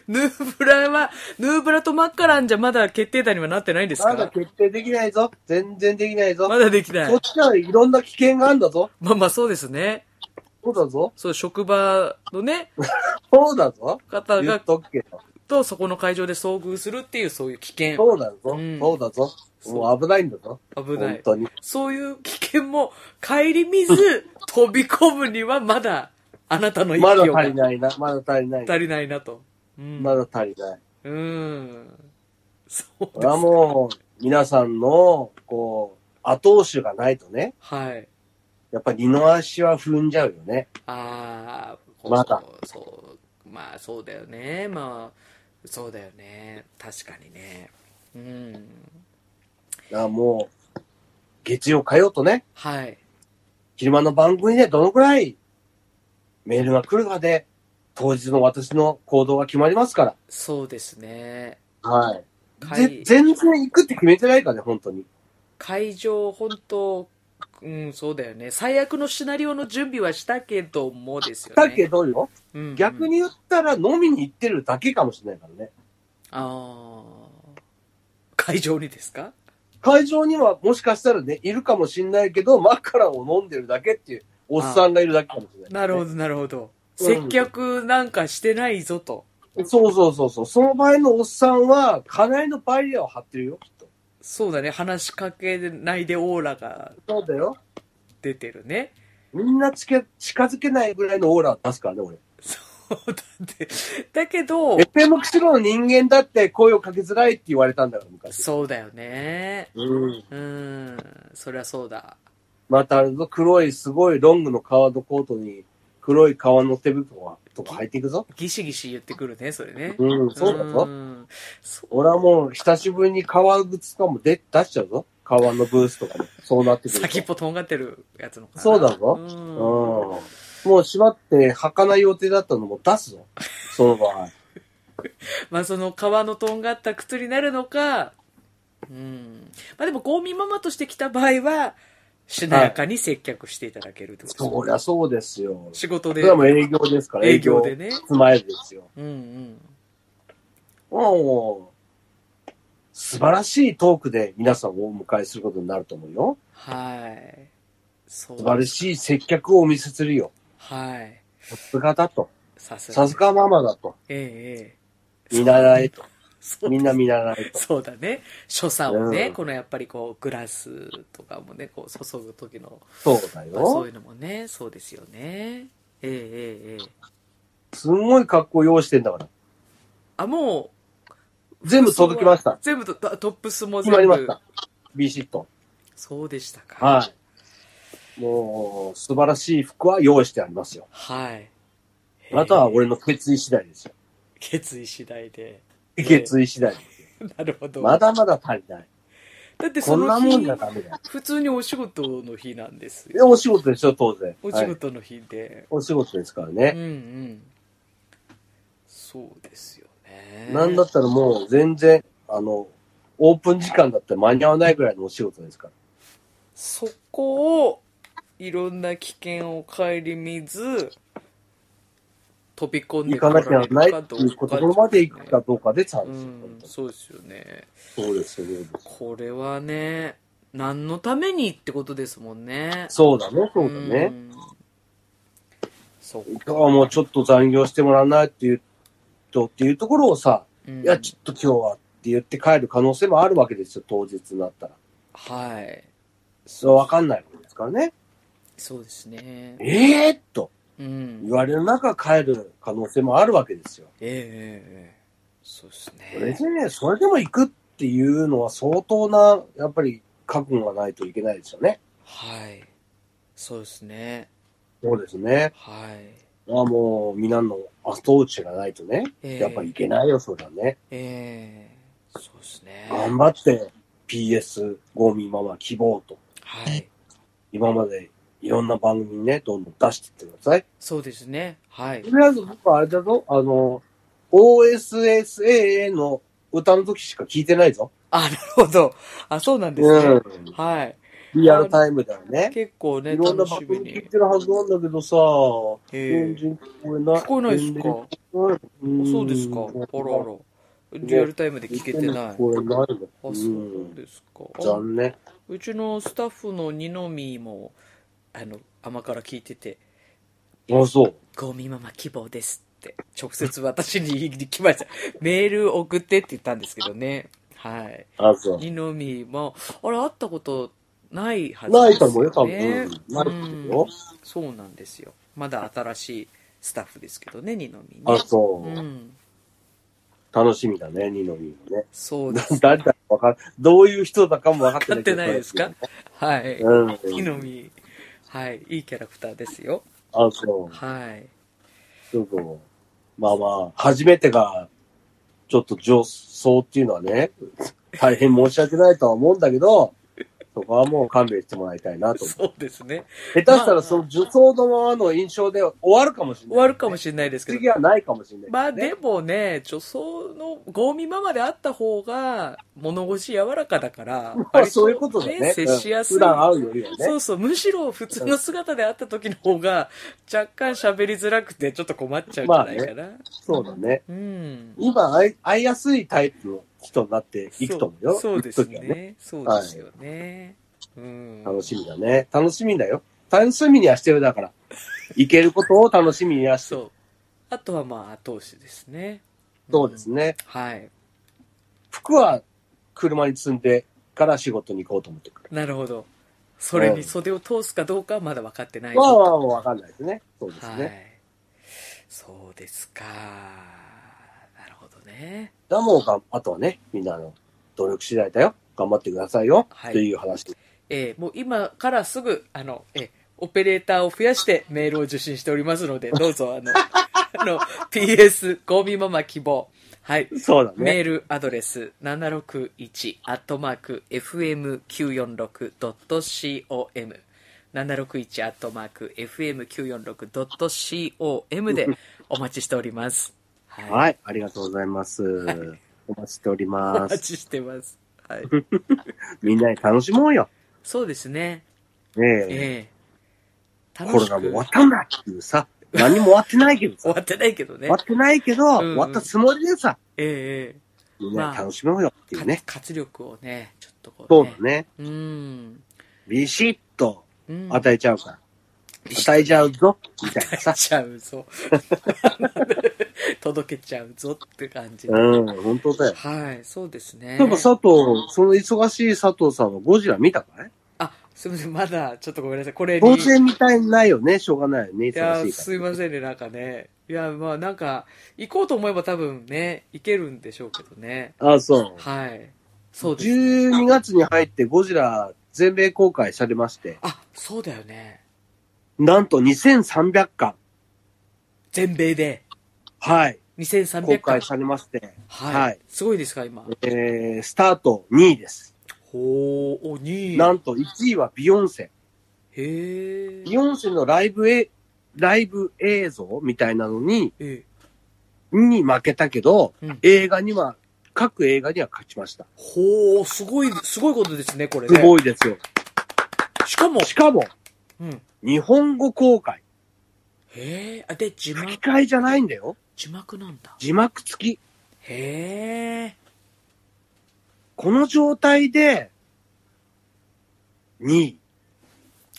Speaker 2: ヌーブラは、ヌーブラとマッカランじゃまだ決定打にはなってないんですか
Speaker 1: ま
Speaker 2: ら。ま
Speaker 1: だ
Speaker 2: だ
Speaker 1: 決定できないぞ全然できないぞ
Speaker 2: できな
Speaker 1: そ
Speaker 2: い
Speaker 1: っ。ちはいろんな危険があるんだぞ
Speaker 2: まあまあそうですね。
Speaker 1: そうだぞ
Speaker 2: そう、職場のね、
Speaker 1: そうだぞ
Speaker 2: 方
Speaker 1: 言
Speaker 2: が
Speaker 1: っ、とくけど。
Speaker 2: とそこの会場で遭遇するっていうそういう危険。
Speaker 1: そうだぞ、
Speaker 2: うん
Speaker 1: そうだぞもう危ないんだぞ
Speaker 2: 危ない
Speaker 1: 本。当に。
Speaker 2: そういう危険も帰り見 ず飛び込むにはまだあなたの
Speaker 1: まだ
Speaker 2: が
Speaker 1: 足りないな。まだ足りない。
Speaker 2: 足りないなと。うん。
Speaker 1: まだ足りない。
Speaker 2: うん。そう
Speaker 1: こ
Speaker 2: で
Speaker 1: れは
Speaker 2: す。
Speaker 1: もう、皆さんの、こう、後押しがないとね、
Speaker 2: はい。
Speaker 1: やっぱり二の足は踏んじゃうよね。
Speaker 2: ああ、こう
Speaker 1: まだ。
Speaker 2: そう。まあそうだよね。まあ、そうだよね。確かにね。うん。
Speaker 1: だからもう、月曜火曜とね、
Speaker 2: はい。
Speaker 1: 昼間の番組でどのくらいメールが来るかで、当日の私の行動が決まりますから。
Speaker 2: そうですね。
Speaker 1: はい。
Speaker 2: はい
Speaker 1: ぜ全然行くって決めてないからね、本当に。
Speaker 2: 会場、本当うん、そうだよね。最悪のシナリオの準備はしたけどもですよね。
Speaker 1: だけどよ、
Speaker 2: うんうん
Speaker 1: 逆に言ったら飲みに行ってるだけかもしれないからね。
Speaker 2: ああ。会場にですか
Speaker 1: 会場にはもしかしたらね、いるかもしれないけど、マカラを飲んでるだけっていう、おっさんがいるだけかもしれない、
Speaker 2: なるほど、なるほど。
Speaker 1: うん
Speaker 2: 接客なんかしてないぞと。
Speaker 1: ど。そうそうそうそう。その場合のおっさんは、かなりのバリアを張ってるよ、きっと。
Speaker 2: そうだね。話しかけないでオーラが
Speaker 1: そうだよ。
Speaker 2: 出てるね。
Speaker 1: みんなつけ近づけないぐらいのオーラを出すからね、俺。
Speaker 2: そうだって。だけど
Speaker 1: エ、ペモクシロの人間だって声をかけづらいって言われたんだから、昔。
Speaker 2: そうだよね。
Speaker 1: うん。
Speaker 2: うん。そりゃそうだ。
Speaker 1: またあれぞ、黒いすごいロングの革のコートに、黒い革の手袋とか履いていくぞ。
Speaker 2: ギシギシ言ってくるね、それね。
Speaker 1: うん、そうだぞ。
Speaker 2: んそう
Speaker 1: 俺はもう久しぶりに革靴とかも出出しちゃうぞ。革のブースとかも。そうなってくると。
Speaker 2: 先っぽとんがってるやつのかな。
Speaker 1: そうだぞうん。
Speaker 2: うん。
Speaker 1: もう縛って履かない予定だったのも出すぞ。その場合。
Speaker 2: まあその皮のとんがった靴になるのか、うん。まあでも、ゴーミママとして来た場合は、しなやかに接客していただけるってこと
Speaker 1: そりゃそうですよ。
Speaker 2: 仕事
Speaker 1: そ
Speaker 2: で。
Speaker 1: れはもう営業ですから、
Speaker 2: 営業でね
Speaker 1: つまえですよ。
Speaker 2: うんうん。
Speaker 1: もう、素晴らしいトークで皆さんをお迎えすることになると思うよ。
Speaker 2: はい。そう
Speaker 1: 素晴らしい接客をお見せするよ。
Speaker 2: はい。
Speaker 1: さすがだと。
Speaker 2: さすが。
Speaker 1: さすがママだと。
Speaker 2: ええええ。
Speaker 1: 見習えと。
Speaker 2: そう
Speaker 1: みんな見習いと。
Speaker 2: そうだね。所作をね、
Speaker 1: うん
Speaker 2: このやっぱりこう、グラスとかもね、こう、注ぐ時の、
Speaker 1: そうだ
Speaker 2: まあそう
Speaker 1: よ
Speaker 2: い。うのもね、そうですよね。ええええええ
Speaker 1: すんごい格好用意してんだから。
Speaker 2: あ、もう、
Speaker 1: 全部届きました。
Speaker 2: 全部と、あトップスも
Speaker 1: 決まり
Speaker 2: 全
Speaker 1: まし
Speaker 2: 部
Speaker 1: た。。ビシッと。
Speaker 2: そうでしたか。
Speaker 1: はい。もう、素晴らしい服は用意してありますよ。
Speaker 2: はい。
Speaker 1: あなたは俺の決意次第ですよ。
Speaker 2: 決意次第で。 ええ
Speaker 1: 決意次第。
Speaker 2: なるほど。
Speaker 1: まだまだ足りない。
Speaker 2: だって
Speaker 1: こ
Speaker 2: そ
Speaker 1: んな
Speaker 2: の
Speaker 1: もん
Speaker 2: 日
Speaker 1: じゃ、ダメだよ。
Speaker 2: 普通にお仕事の日なんです
Speaker 1: で
Speaker 2: よ。
Speaker 1: お仕事でしょ、当然。
Speaker 2: お仕
Speaker 1: はい、
Speaker 2: 事の日で。
Speaker 1: お仕事ですから
Speaker 2: う
Speaker 1: ね。
Speaker 2: んうん。そうですよね。
Speaker 1: なんだったらもう全然、あの、オープン時間だって間に合わないぐらいのお仕事ですから。
Speaker 2: そこを、いろんな危険を顧みず、飛び込んで
Speaker 1: 行かなきゃないっていうところまで行くか
Speaker 2: か
Speaker 1: どうかでチャ
Speaker 2: どうかですね。うん
Speaker 1: ン、ス。
Speaker 2: そうですよね。
Speaker 1: そうですよね。
Speaker 2: これはね、何のためにってことですもんね。
Speaker 1: そうだね、そうだね。
Speaker 2: ん。そう
Speaker 1: 今日はもうちょっと残業してもらわないっていうと、っていうところをさ、
Speaker 2: うん
Speaker 1: いや、ちょっと今日はって言って帰る可能性もあるわけですよ、当日になったら。
Speaker 2: はい。
Speaker 1: そう、わかんないもんですからね。
Speaker 2: そうですね。
Speaker 1: ええー、と
Speaker 2: うん。
Speaker 1: 言
Speaker 2: え
Speaker 1: われる中帰る可能性もあるわけですよ。
Speaker 2: えええええそうです
Speaker 1: それ
Speaker 2: ね。
Speaker 1: でね、それでも行くっていうのは相当な、やっぱり覚悟がないといけないですよね。
Speaker 2: はい。そうですね。
Speaker 1: そうですね。
Speaker 2: はい。
Speaker 1: まあもう、皆の後打ちがないとね、
Speaker 2: ええ
Speaker 1: やっぱりいけないよ、それはね。
Speaker 2: ええそうですね。
Speaker 1: 頑張って PS ゴミママ希望と、
Speaker 2: はい。
Speaker 1: 今までいろんな番組にね、どんどん出していってください。
Speaker 2: そうですね。はい
Speaker 1: と。りあえず僕はあれだぞ、あの、OSSAA の歌の時しか聞いてないぞ。
Speaker 2: あ、なるほど。あ、そうなんですね。はい。
Speaker 1: リアルタイムだよね。
Speaker 2: 結構ね、
Speaker 1: いろんな
Speaker 2: 楽
Speaker 1: 番
Speaker 2: しみ
Speaker 1: 組聞い
Speaker 2: に。
Speaker 1: てるはずなんだけどさ、
Speaker 2: え
Speaker 1: 全
Speaker 2: え
Speaker 1: 然聞こえない。
Speaker 2: 聞こえないですか
Speaker 1: うん
Speaker 2: そうですか。あらあら。リアルタイムで聞けてない。あ
Speaker 1: 聞、こえないの
Speaker 2: そううんですか。あ
Speaker 1: 残念。
Speaker 2: うちのスタッフの二宮も、あの、甘から聞いてて、
Speaker 1: あ、そう。
Speaker 2: ゴミママ希望ですって、直接私に言いに来ま した。メール送ってって言ったんですけどね。はい。
Speaker 1: あ、そう。
Speaker 2: 二宮も、あれ、会ったことないはずですよ、ね。
Speaker 1: ないと思うよ、多分。うんないと思うよ。
Speaker 2: そうなんですよ。まだ新しいスタッフですけどね、二宮ね。
Speaker 1: あ、そうう。
Speaker 2: ん。
Speaker 1: 楽しみだね、二宮もね。
Speaker 2: そうです。
Speaker 1: 誰だかわかんどういう人だかも分かって
Speaker 2: 買
Speaker 1: な
Speaker 2: っ
Speaker 1: いけ
Speaker 2: て
Speaker 1: ど。
Speaker 2: ないですかはい。
Speaker 1: うん。
Speaker 2: 二宮。はい。いいキャラクターですよ。
Speaker 1: あ、そう。
Speaker 2: はい。
Speaker 1: ちょっと、まあまあ、初めてが、ちょっと上層っていうのはね、大変申し訳ないとは思うんだけど、そこはもう勘弁してもらいたいなと。
Speaker 2: そうですね。
Speaker 1: 下手したらその受層のままの印象で終わるかもしれない、
Speaker 2: 終わるかも
Speaker 1: し
Speaker 2: しれないですけど
Speaker 1: 次。はないかもしれない、
Speaker 2: まあでもね、女装のゴミママであった方が物腰柔らかだから、
Speaker 1: まあそういうことだね。
Speaker 2: 割接しやすい。
Speaker 1: うん普段会うよりは
Speaker 2: そ
Speaker 1: ね。
Speaker 2: うそう、むしろ普通の姿で会った時の方が若干喋りづらくてちょっと困っちゃうんじゃないかな。
Speaker 1: そうだね。
Speaker 2: うん。
Speaker 1: 今会い、会いやすいタイプの人になっていくと思うよ。
Speaker 2: そうそうです
Speaker 1: 行く時
Speaker 2: ね
Speaker 1: は。
Speaker 2: そうですよね。うん。
Speaker 1: 楽しみだね。楽しみだよ。楽しみにはしてるだから。行けることを楽しみにはしてる。
Speaker 2: そう。あとはまあ後押しですね。
Speaker 1: そうです
Speaker 2: ね。
Speaker 1: ね。
Speaker 2: はい。
Speaker 1: 服は車に積んでから仕事に行こうと思ってくる。
Speaker 2: なるほど。それに袖を通すかどうかはまだ分かってない
Speaker 1: まあまあ、わかんないですね。そうです
Speaker 2: は
Speaker 1: ね。
Speaker 2: い。そうですか。なるほどね。
Speaker 1: だもうがん、あとはね、みんなあの努力次第だよ。頑張ってくださいよ。
Speaker 2: はい
Speaker 1: という話。
Speaker 2: えーもう今からすぐ、あの、えーオペレーターを増やしてメールを受信しておりますので、どうぞ、あの、 あの、PS、ゴミママ希望。はい。
Speaker 1: そうだ
Speaker 2: メ
Speaker 1: ね。
Speaker 2: ールアドレス761アットマーク FM946.com 761アットマーク FM946.com でお待ちしております。はい
Speaker 1: はい。ありがとうございます。お待ちしており
Speaker 2: お
Speaker 1: ま
Speaker 2: 待
Speaker 1: す。
Speaker 2: ちしてます。はい。
Speaker 1: みんなで楽しもうよ。
Speaker 2: そうですね。
Speaker 1: ねえ。
Speaker 2: ええ
Speaker 1: コロナも終わったんだっていうさ。何も終わってない けど
Speaker 2: 終
Speaker 1: さ。
Speaker 2: わってないけどね
Speaker 1: 終わ。ってないけど、
Speaker 2: んうん
Speaker 1: 終わったつもりでさ、
Speaker 2: ええ
Speaker 1: みんなで楽しもうよって
Speaker 2: え
Speaker 1: い
Speaker 2: え
Speaker 1: うね。
Speaker 2: 活活力をね、ちょっとこう、
Speaker 1: そうだ。ね。
Speaker 2: うん。
Speaker 1: ビシッと
Speaker 2: うん。
Speaker 1: 与えちゃうから。与えちゃうぞ、みたいな
Speaker 2: 出
Speaker 1: さ。
Speaker 2: ちゃう ぞ。届けちゃうぞって感じ。
Speaker 1: うん、本当だよ。
Speaker 2: はい、そうですね。
Speaker 1: なんか佐藤、その忙しい佐藤さんはゴジラ見たかい
Speaker 2: あ、すみません、まだちょっとごめんなさい。これに
Speaker 1: 当然見たいないよね、しょうがないよね、
Speaker 2: いや
Speaker 1: 忙しいから。
Speaker 2: すいませんね、なんかね。いや、まあなんか、行こうと思えば多分ね、行けるんでしょうけどね。
Speaker 1: あ、そう。
Speaker 2: はい。そうです、ね。
Speaker 1: 12月に入ってゴジラ全米公開されまして、
Speaker 2: あ、そうだよね。
Speaker 1: なんと2300巻、
Speaker 2: 全米で
Speaker 1: はい、公
Speaker 2: 2300回
Speaker 1: 開。されまして、
Speaker 2: はい、
Speaker 1: はい
Speaker 2: すごいですか、今。
Speaker 1: えー、スタート2位です。
Speaker 2: ほー、お、2位。
Speaker 1: なんと1位はビヨンセ。
Speaker 2: へ
Speaker 1: ビ
Speaker 2: ー。
Speaker 1: ヨンセのライブえ、ライブ映像みたいなのに、
Speaker 2: え
Speaker 1: に負けたけど、
Speaker 2: うん
Speaker 1: 映画には、各映画には勝ちました。
Speaker 2: ほー、すごい、すごいことですね、これ
Speaker 1: す
Speaker 2: ね。
Speaker 1: ごいですよ。
Speaker 2: しかも、
Speaker 1: しかも、
Speaker 2: うん。
Speaker 1: 日本語公開。
Speaker 2: へー、あ、で、字幕
Speaker 1: 吹、き替えじゃないんだよ。
Speaker 2: 字幕なんだ。
Speaker 1: 字幕付き。
Speaker 2: へー。
Speaker 1: この状態で、2位。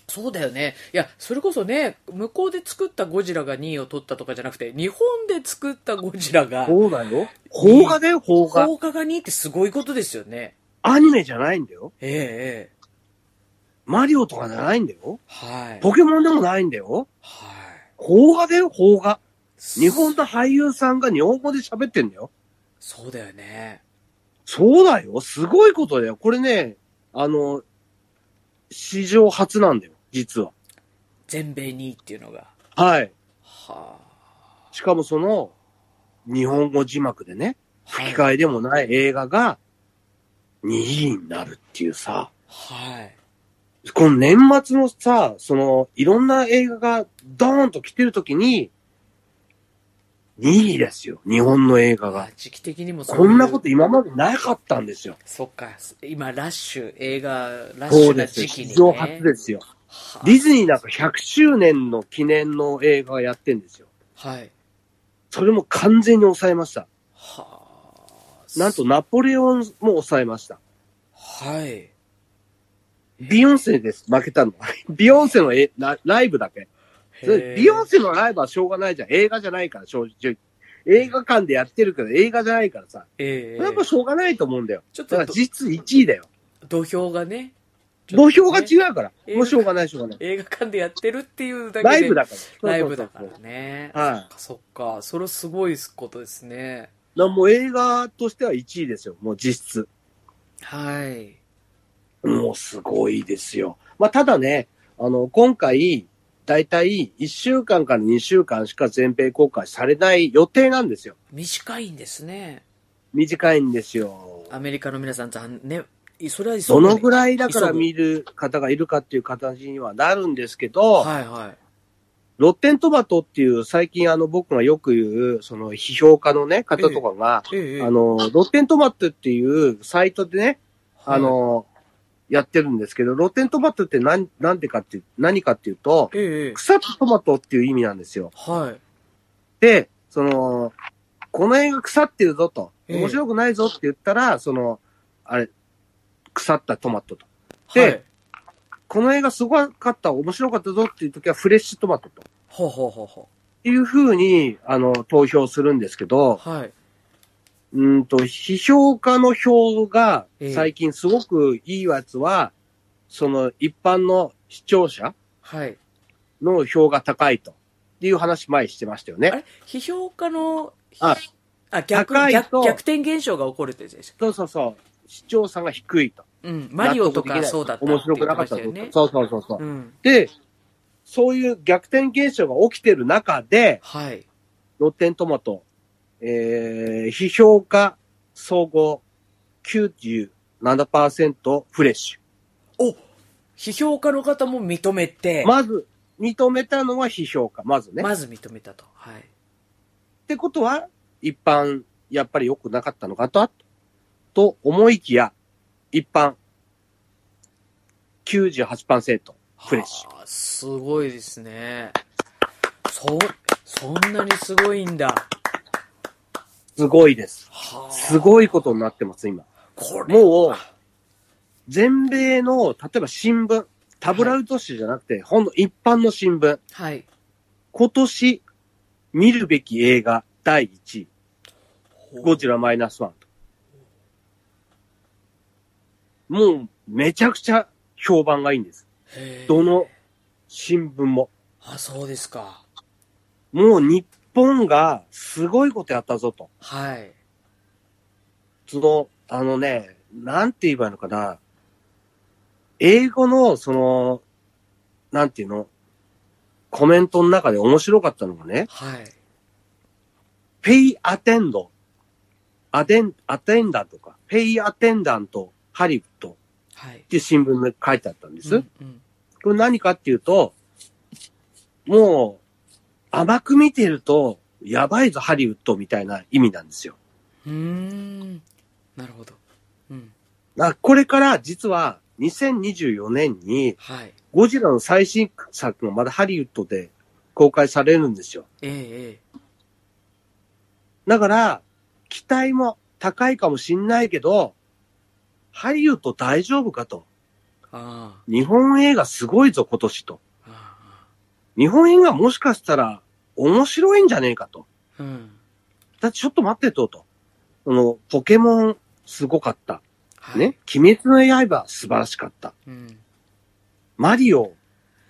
Speaker 2: そうだよね。いや、それこそね、向こうで作ったゴジラが2位を取ったとかじゃなくて、日本で作ったゴジラが、
Speaker 1: そうだよ。邦画だよ、邦画。
Speaker 2: 放火が2位ってすごいことですよね。
Speaker 1: アニメじゃないんだよ。
Speaker 2: ええええ
Speaker 1: マリオとかじゃないんだよ。
Speaker 2: はい。
Speaker 1: ポケモンでもないんだよ。
Speaker 2: はい。
Speaker 1: 邦画だよ、邦画。日本
Speaker 2: だ
Speaker 1: の俳優さんが日本語で喋ってんだよ。
Speaker 2: そうだよね。
Speaker 1: そうだよ。すごいことだよ。これね、あの、史上初なんだよ、実は。
Speaker 2: 全米2位っていうのが。
Speaker 1: はい。
Speaker 2: はあ。
Speaker 1: しかもその、日本語字幕でね、吹き替えでもない映画が、2位になるっていうさ、
Speaker 2: はい。
Speaker 1: この年末のさ、その、いろんな映画がドーンと来てるときに、2位ですよ、日本の映画
Speaker 2: ま
Speaker 1: が
Speaker 2: あ。時期的にもそうい
Speaker 1: こ
Speaker 2: うん
Speaker 1: なこと今までなかったんですよ。
Speaker 2: そっか。今、ラッシュ、映画、ラッシ
Speaker 1: そう
Speaker 2: ュな
Speaker 1: ですよ。
Speaker 2: 時期に、ね。
Speaker 1: 史上初ですよ。
Speaker 2: は
Speaker 1: ディズニーなんか100周年の記念の映画やってんですよ。
Speaker 2: あはい。
Speaker 1: それも完全に抑えました。
Speaker 2: はあ。
Speaker 1: なんとナポレオンも抑えました。
Speaker 2: はい。
Speaker 1: ビヨンセです、負けたの。 ビヨンセのえラライブだけ。それビヨン
Speaker 2: セ
Speaker 1: セのライブはしょうがないじゃん。映画じゃないから、正直。映画館でやってるけど、映画じゃないからさ。
Speaker 2: ええ
Speaker 1: やっぱしょうがないと思うんだよ。
Speaker 2: ちょっ
Speaker 1: だか
Speaker 2: と
Speaker 1: ら実1位だよ。
Speaker 2: 土俵がね。
Speaker 1: 土俵が
Speaker 2: ちょっ
Speaker 1: 違うから。
Speaker 2: ね
Speaker 1: もうしょうがない、しょうがない。
Speaker 2: とね映画館でやってるっていうだけで。
Speaker 1: ライブだから。
Speaker 2: ライブだか
Speaker 1: そうそう
Speaker 2: らね。
Speaker 1: そうはい。
Speaker 2: そっか。それすごいことですね。
Speaker 1: だからもう映画としては1位ですよ、もう実質。
Speaker 2: はい。
Speaker 1: もうすごいですよ。まあ、ただね、あの、今回、だいたい1週間から2週間しか全米公開されない予定なんですよ。
Speaker 2: 短いんですね。
Speaker 1: 短いんですよ。
Speaker 2: アメリカの皆さん、残念。いそれは急
Speaker 1: ど
Speaker 2: ぐね
Speaker 1: のぐらいだから
Speaker 2: 急ぐ
Speaker 1: 見る方がいるかっていう形にはなるんですけど、
Speaker 2: はいはい。
Speaker 1: ロッテントマトっていう最近あの僕がよく言う、その批評家のね、方とかが、
Speaker 2: ええ
Speaker 1: あ、の、ロッテントマトっていうサイトでね、
Speaker 2: はい
Speaker 1: あ、の、やってるんですけど、ロッテントマトって何、なんでかっていう、何かっていうと、
Speaker 2: ええええ
Speaker 1: 腐ったトマトっていう意味なんですよ。
Speaker 2: はい。
Speaker 1: で、その、この映画腐ってるぞと、
Speaker 2: ええ
Speaker 1: 面白くないぞって言ったら、その、あれ、腐ったトマトと。で
Speaker 2: はい、
Speaker 1: この映画すごかった、面白かったぞっていう時はフレッシュトマトと。
Speaker 2: ほうほうほうほ
Speaker 1: いう風に、あの、投票するんですけど、
Speaker 2: う。はい。
Speaker 1: うんと、批評家の票が
Speaker 2: ええ
Speaker 1: 最近すごくいいやつは、その一般の視聴者
Speaker 2: はい。
Speaker 1: の票が高いと。っていう話前にしてましたよ
Speaker 2: あ
Speaker 1: ね。
Speaker 2: れ批評家の、
Speaker 1: あ
Speaker 2: あ、逆、
Speaker 1: 高い
Speaker 2: 逆
Speaker 1: と
Speaker 2: 逆転現象が起こるってやつです。
Speaker 1: そうそうそう。視聴差が低いと。
Speaker 2: うん。マリオとか
Speaker 1: 納得できない
Speaker 2: そうだったって
Speaker 1: 面白
Speaker 2: 言っ
Speaker 1: く
Speaker 2: て
Speaker 1: なか
Speaker 2: ま
Speaker 1: っ
Speaker 2: したた
Speaker 1: ぞ
Speaker 2: よね。
Speaker 1: そうそうそうそう、
Speaker 2: うん。
Speaker 1: で、そういう逆転現象が起きてる中で、
Speaker 2: はい。
Speaker 1: ロッテントマト、えー、批評家総合97%フレッシ
Speaker 2: お批評家の方も認めて、
Speaker 1: ュ。まず、認めたのは批評家、まずね。っ
Speaker 2: まず認めたと。はい。
Speaker 1: てことは、一般、やっぱり良くなかったのかと、と思いきや、一般、98%フレッシュ。
Speaker 2: はあすごいですね。そ、そんなにすごいんだ。
Speaker 1: すごいです。
Speaker 2: はあ、
Speaker 1: すごいことになってます、今。
Speaker 2: これ。
Speaker 1: もう、全米の、例えば新聞、タブラウト紙じゃなくて、ほんの一般の新聞。
Speaker 2: はい。
Speaker 1: 今年、見るべき映画第1位。ゴジラマイナスワンと。もう、めちゃくちゃ評判がいいんです。
Speaker 2: へー
Speaker 1: どの新聞も。
Speaker 2: あ、そうですか。
Speaker 1: もう日本がすごいことやったぞと。
Speaker 2: はい。
Speaker 1: その、あのね、なんて言えばいいのかな。英語の、その、なんていうの、コメントの中で面白かったのがね、
Speaker 2: はい。
Speaker 1: pay attend, アテン、アテンダントか、pay attendant, ハリウッドっ
Speaker 2: はい。
Speaker 1: て新聞で書いてあったんです。
Speaker 2: うんうん
Speaker 1: これ何かっていうと、もう、甘く見てると、やばいぞ、ハリウッドみたいな意味なんですよ。
Speaker 2: うーん。なるほど。うん。
Speaker 1: あこれから実は2024年に
Speaker 2: はい。
Speaker 1: ゴジラの最新作がまだハリウッドで公開されるんですよ。
Speaker 2: えええ
Speaker 1: だから期待も高いかもしんないけど、ハリウッド大丈夫かと。
Speaker 2: えあ
Speaker 1: 日本映画すごいぞ今年と。
Speaker 2: あ。あ
Speaker 1: 日本映画もしかしたら面白いんじゃねえかと。
Speaker 2: あ。うん。
Speaker 1: だってちょっと待ってとと。このポケモンすごかった。
Speaker 2: はい。
Speaker 1: ね。。鬼滅の刃素晴らしかった。
Speaker 2: うん。
Speaker 1: マリオ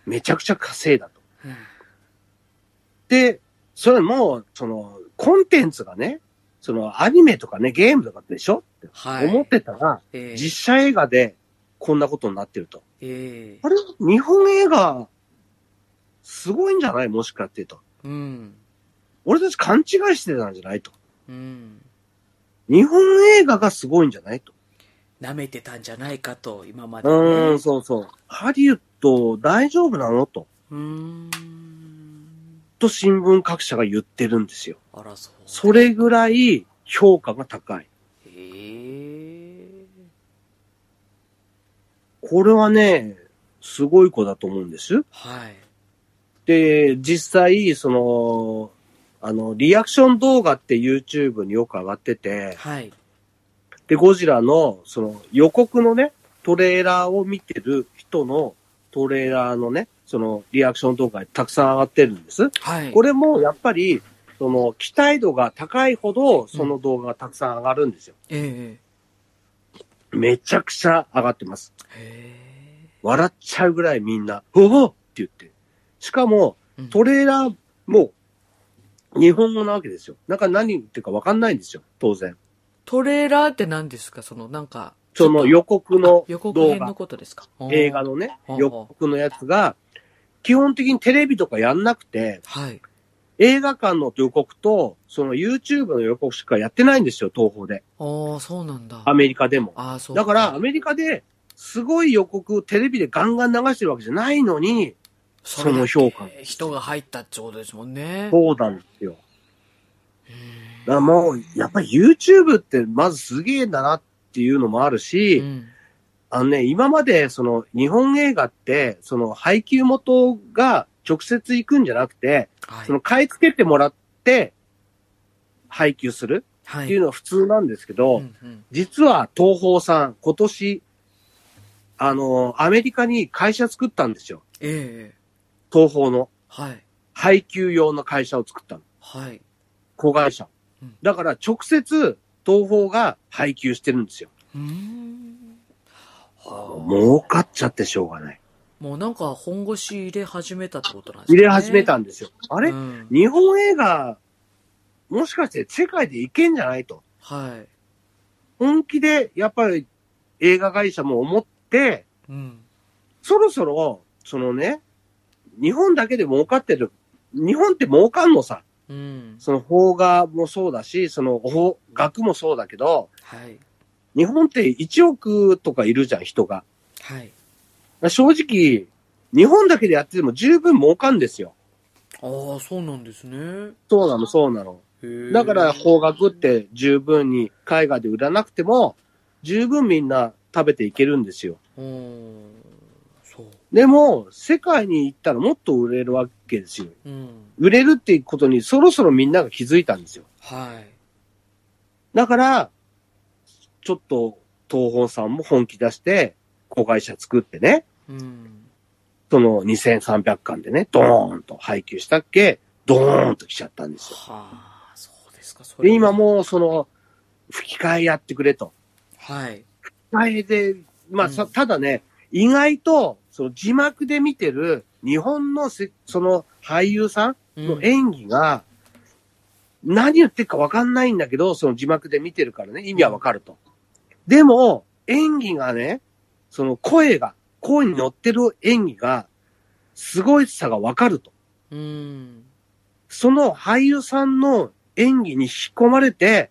Speaker 1: めちゃくちゃ稼いだと。
Speaker 2: うん
Speaker 1: で、それもう、その、コンテンツがね、その、アニメとかね、ゲームとかでしょって
Speaker 2: はい。
Speaker 1: 思ってたら、
Speaker 2: ええ
Speaker 1: 実写映画でこんなことになってると。
Speaker 2: ええ
Speaker 1: あれ日本映画、すごいんじゃないもしかっていうと。
Speaker 2: うん。
Speaker 1: 俺たち勘違いしてたんじゃないと。
Speaker 2: うん。
Speaker 1: 日本映画がすごいんじゃないと。
Speaker 2: 舐めてたんじゃないかと、今まで、
Speaker 1: う
Speaker 2: ね。
Speaker 1: ーん、そうそう。ハリウッド大丈夫なのと。
Speaker 2: うーん。
Speaker 1: と新聞各社が言ってるんですよ。
Speaker 2: あら、そう。
Speaker 1: それぐらい評価が高い。
Speaker 2: ええ
Speaker 1: これはね、すごい子だと思うんです。
Speaker 2: はい。
Speaker 1: で、実際、その、あの、リアクション動画って YouTube によく上がってて、
Speaker 2: はい。
Speaker 1: で、ゴジラの、その、予告のね、トレーラーを見てる人のトレーラーのね、その、リアクション動画がたくさん上がってるんです。
Speaker 2: はい。
Speaker 1: これも、やっぱり、その、期待度が高いほど、その動画がたくさん上がるんですよ。
Speaker 2: え
Speaker 1: めちゃくちゃ上がってます。
Speaker 2: えへ
Speaker 1: 笑っちゃうぐらいみんな、おおって言って。しかも、
Speaker 2: えうん。
Speaker 1: トレーラーも日本語なわけですよ。なんか何言ってるか分かんないんですよ、当然。
Speaker 2: トレーラーって何ですかその、なんか。
Speaker 1: その予告の
Speaker 2: 予
Speaker 1: 動
Speaker 2: 告編の
Speaker 1: 画、
Speaker 2: ことですか
Speaker 1: 映画
Speaker 2: の。
Speaker 1: のね
Speaker 2: あー、
Speaker 1: 予告のやつが、基本的にテレビとかやんなくて、
Speaker 2: はい。
Speaker 1: 映画館の予告と、その YouTube の予告しかやってないんですよ、東方で。
Speaker 2: ああ、そうなんだ。
Speaker 1: アメリカでも。
Speaker 2: ああ、そう
Speaker 1: だから、アメリカですごい予告をテレビでガンガン流してるわけじゃないのに、
Speaker 2: そ
Speaker 1: その評価
Speaker 2: れだけ人が入ったってことですもんね。
Speaker 1: そうなんですよ。
Speaker 2: へ
Speaker 1: だからもう、やっぱり YouTube ってまずすげえんだなっていうのもある
Speaker 2: え
Speaker 1: し、
Speaker 2: うん。
Speaker 1: あのね、今まで、その、日本映画って、その、配給元が直接行くんじゃなくて、
Speaker 2: はい
Speaker 1: そ。の、買い付けてもらって、配給する
Speaker 2: は
Speaker 1: っ
Speaker 2: い。
Speaker 1: ていうのは普通なんですけど、
Speaker 2: うんうん
Speaker 1: 実は、東宝さん、今年、あの、アメリカに会社作ったんですよ。
Speaker 2: ええええ
Speaker 1: 東宝の。
Speaker 2: はい。
Speaker 1: 配給用の会社を作ったの。
Speaker 2: はい。
Speaker 1: 子会社
Speaker 2: うん。
Speaker 1: だから、直接、東宝が配給してるんですよ。
Speaker 2: うーん。はあ。
Speaker 1: 儲かっちゃってしょうがない。
Speaker 2: もうなんか本腰入れ始めたってことなんです
Speaker 1: 入
Speaker 2: ね。
Speaker 1: れ始めたんですよ。あ
Speaker 2: あ
Speaker 1: れ日本映画、もしかして世界でいけんじゃないと。
Speaker 2: はい。
Speaker 1: 本気で、やっぱり映画会社も思って、
Speaker 2: うん。
Speaker 1: そろそろ、そのね、日本だけで儲かってる。日本って儲かんのさ。
Speaker 2: うん。
Speaker 1: その邦画もそうだし、その法学もそうだけど、
Speaker 2: はい。
Speaker 1: 日本って1億とかいるじゃん、人が。
Speaker 2: はい。
Speaker 1: 正直、日本だけでやってても十分儲かんですよ。
Speaker 2: ああ、そうなんですね。
Speaker 1: そうなの、そうなの。
Speaker 2: へえ
Speaker 1: だから方角って十分に海外で売らなくても、十分みんな食べていけるんですよ。
Speaker 2: うん。そう。
Speaker 1: でも、世界に行ったらもっと売れるわけですよ。
Speaker 2: うん。
Speaker 1: 売れるっていうことにそろそろみんなが気づいたんですよ。
Speaker 2: はい。
Speaker 1: だから、ちょっと東宝さんも本気出して、子会社作ってね、
Speaker 2: うん。
Speaker 1: その2300巻でね、ドーンと配給したっけ、ドーンと来ちゃったんですよ。
Speaker 2: はあ、そうですか、そ
Speaker 1: で、今。もうその、吹き替えやってくれと。
Speaker 2: はい。
Speaker 1: 吹き替えで、まあ、さ
Speaker 2: うん
Speaker 1: ただね、意外と、その字幕で見てる日本のせその俳優さん
Speaker 2: う
Speaker 1: の演技が、何言ってるかわかんないんだけど、その字幕で見てるからね、意味はわかると。でも、演技がね、その声が、声に乗ってる演技が、すごいさがわかると。
Speaker 2: うん。
Speaker 1: その俳優さんの演技に引き込まれて、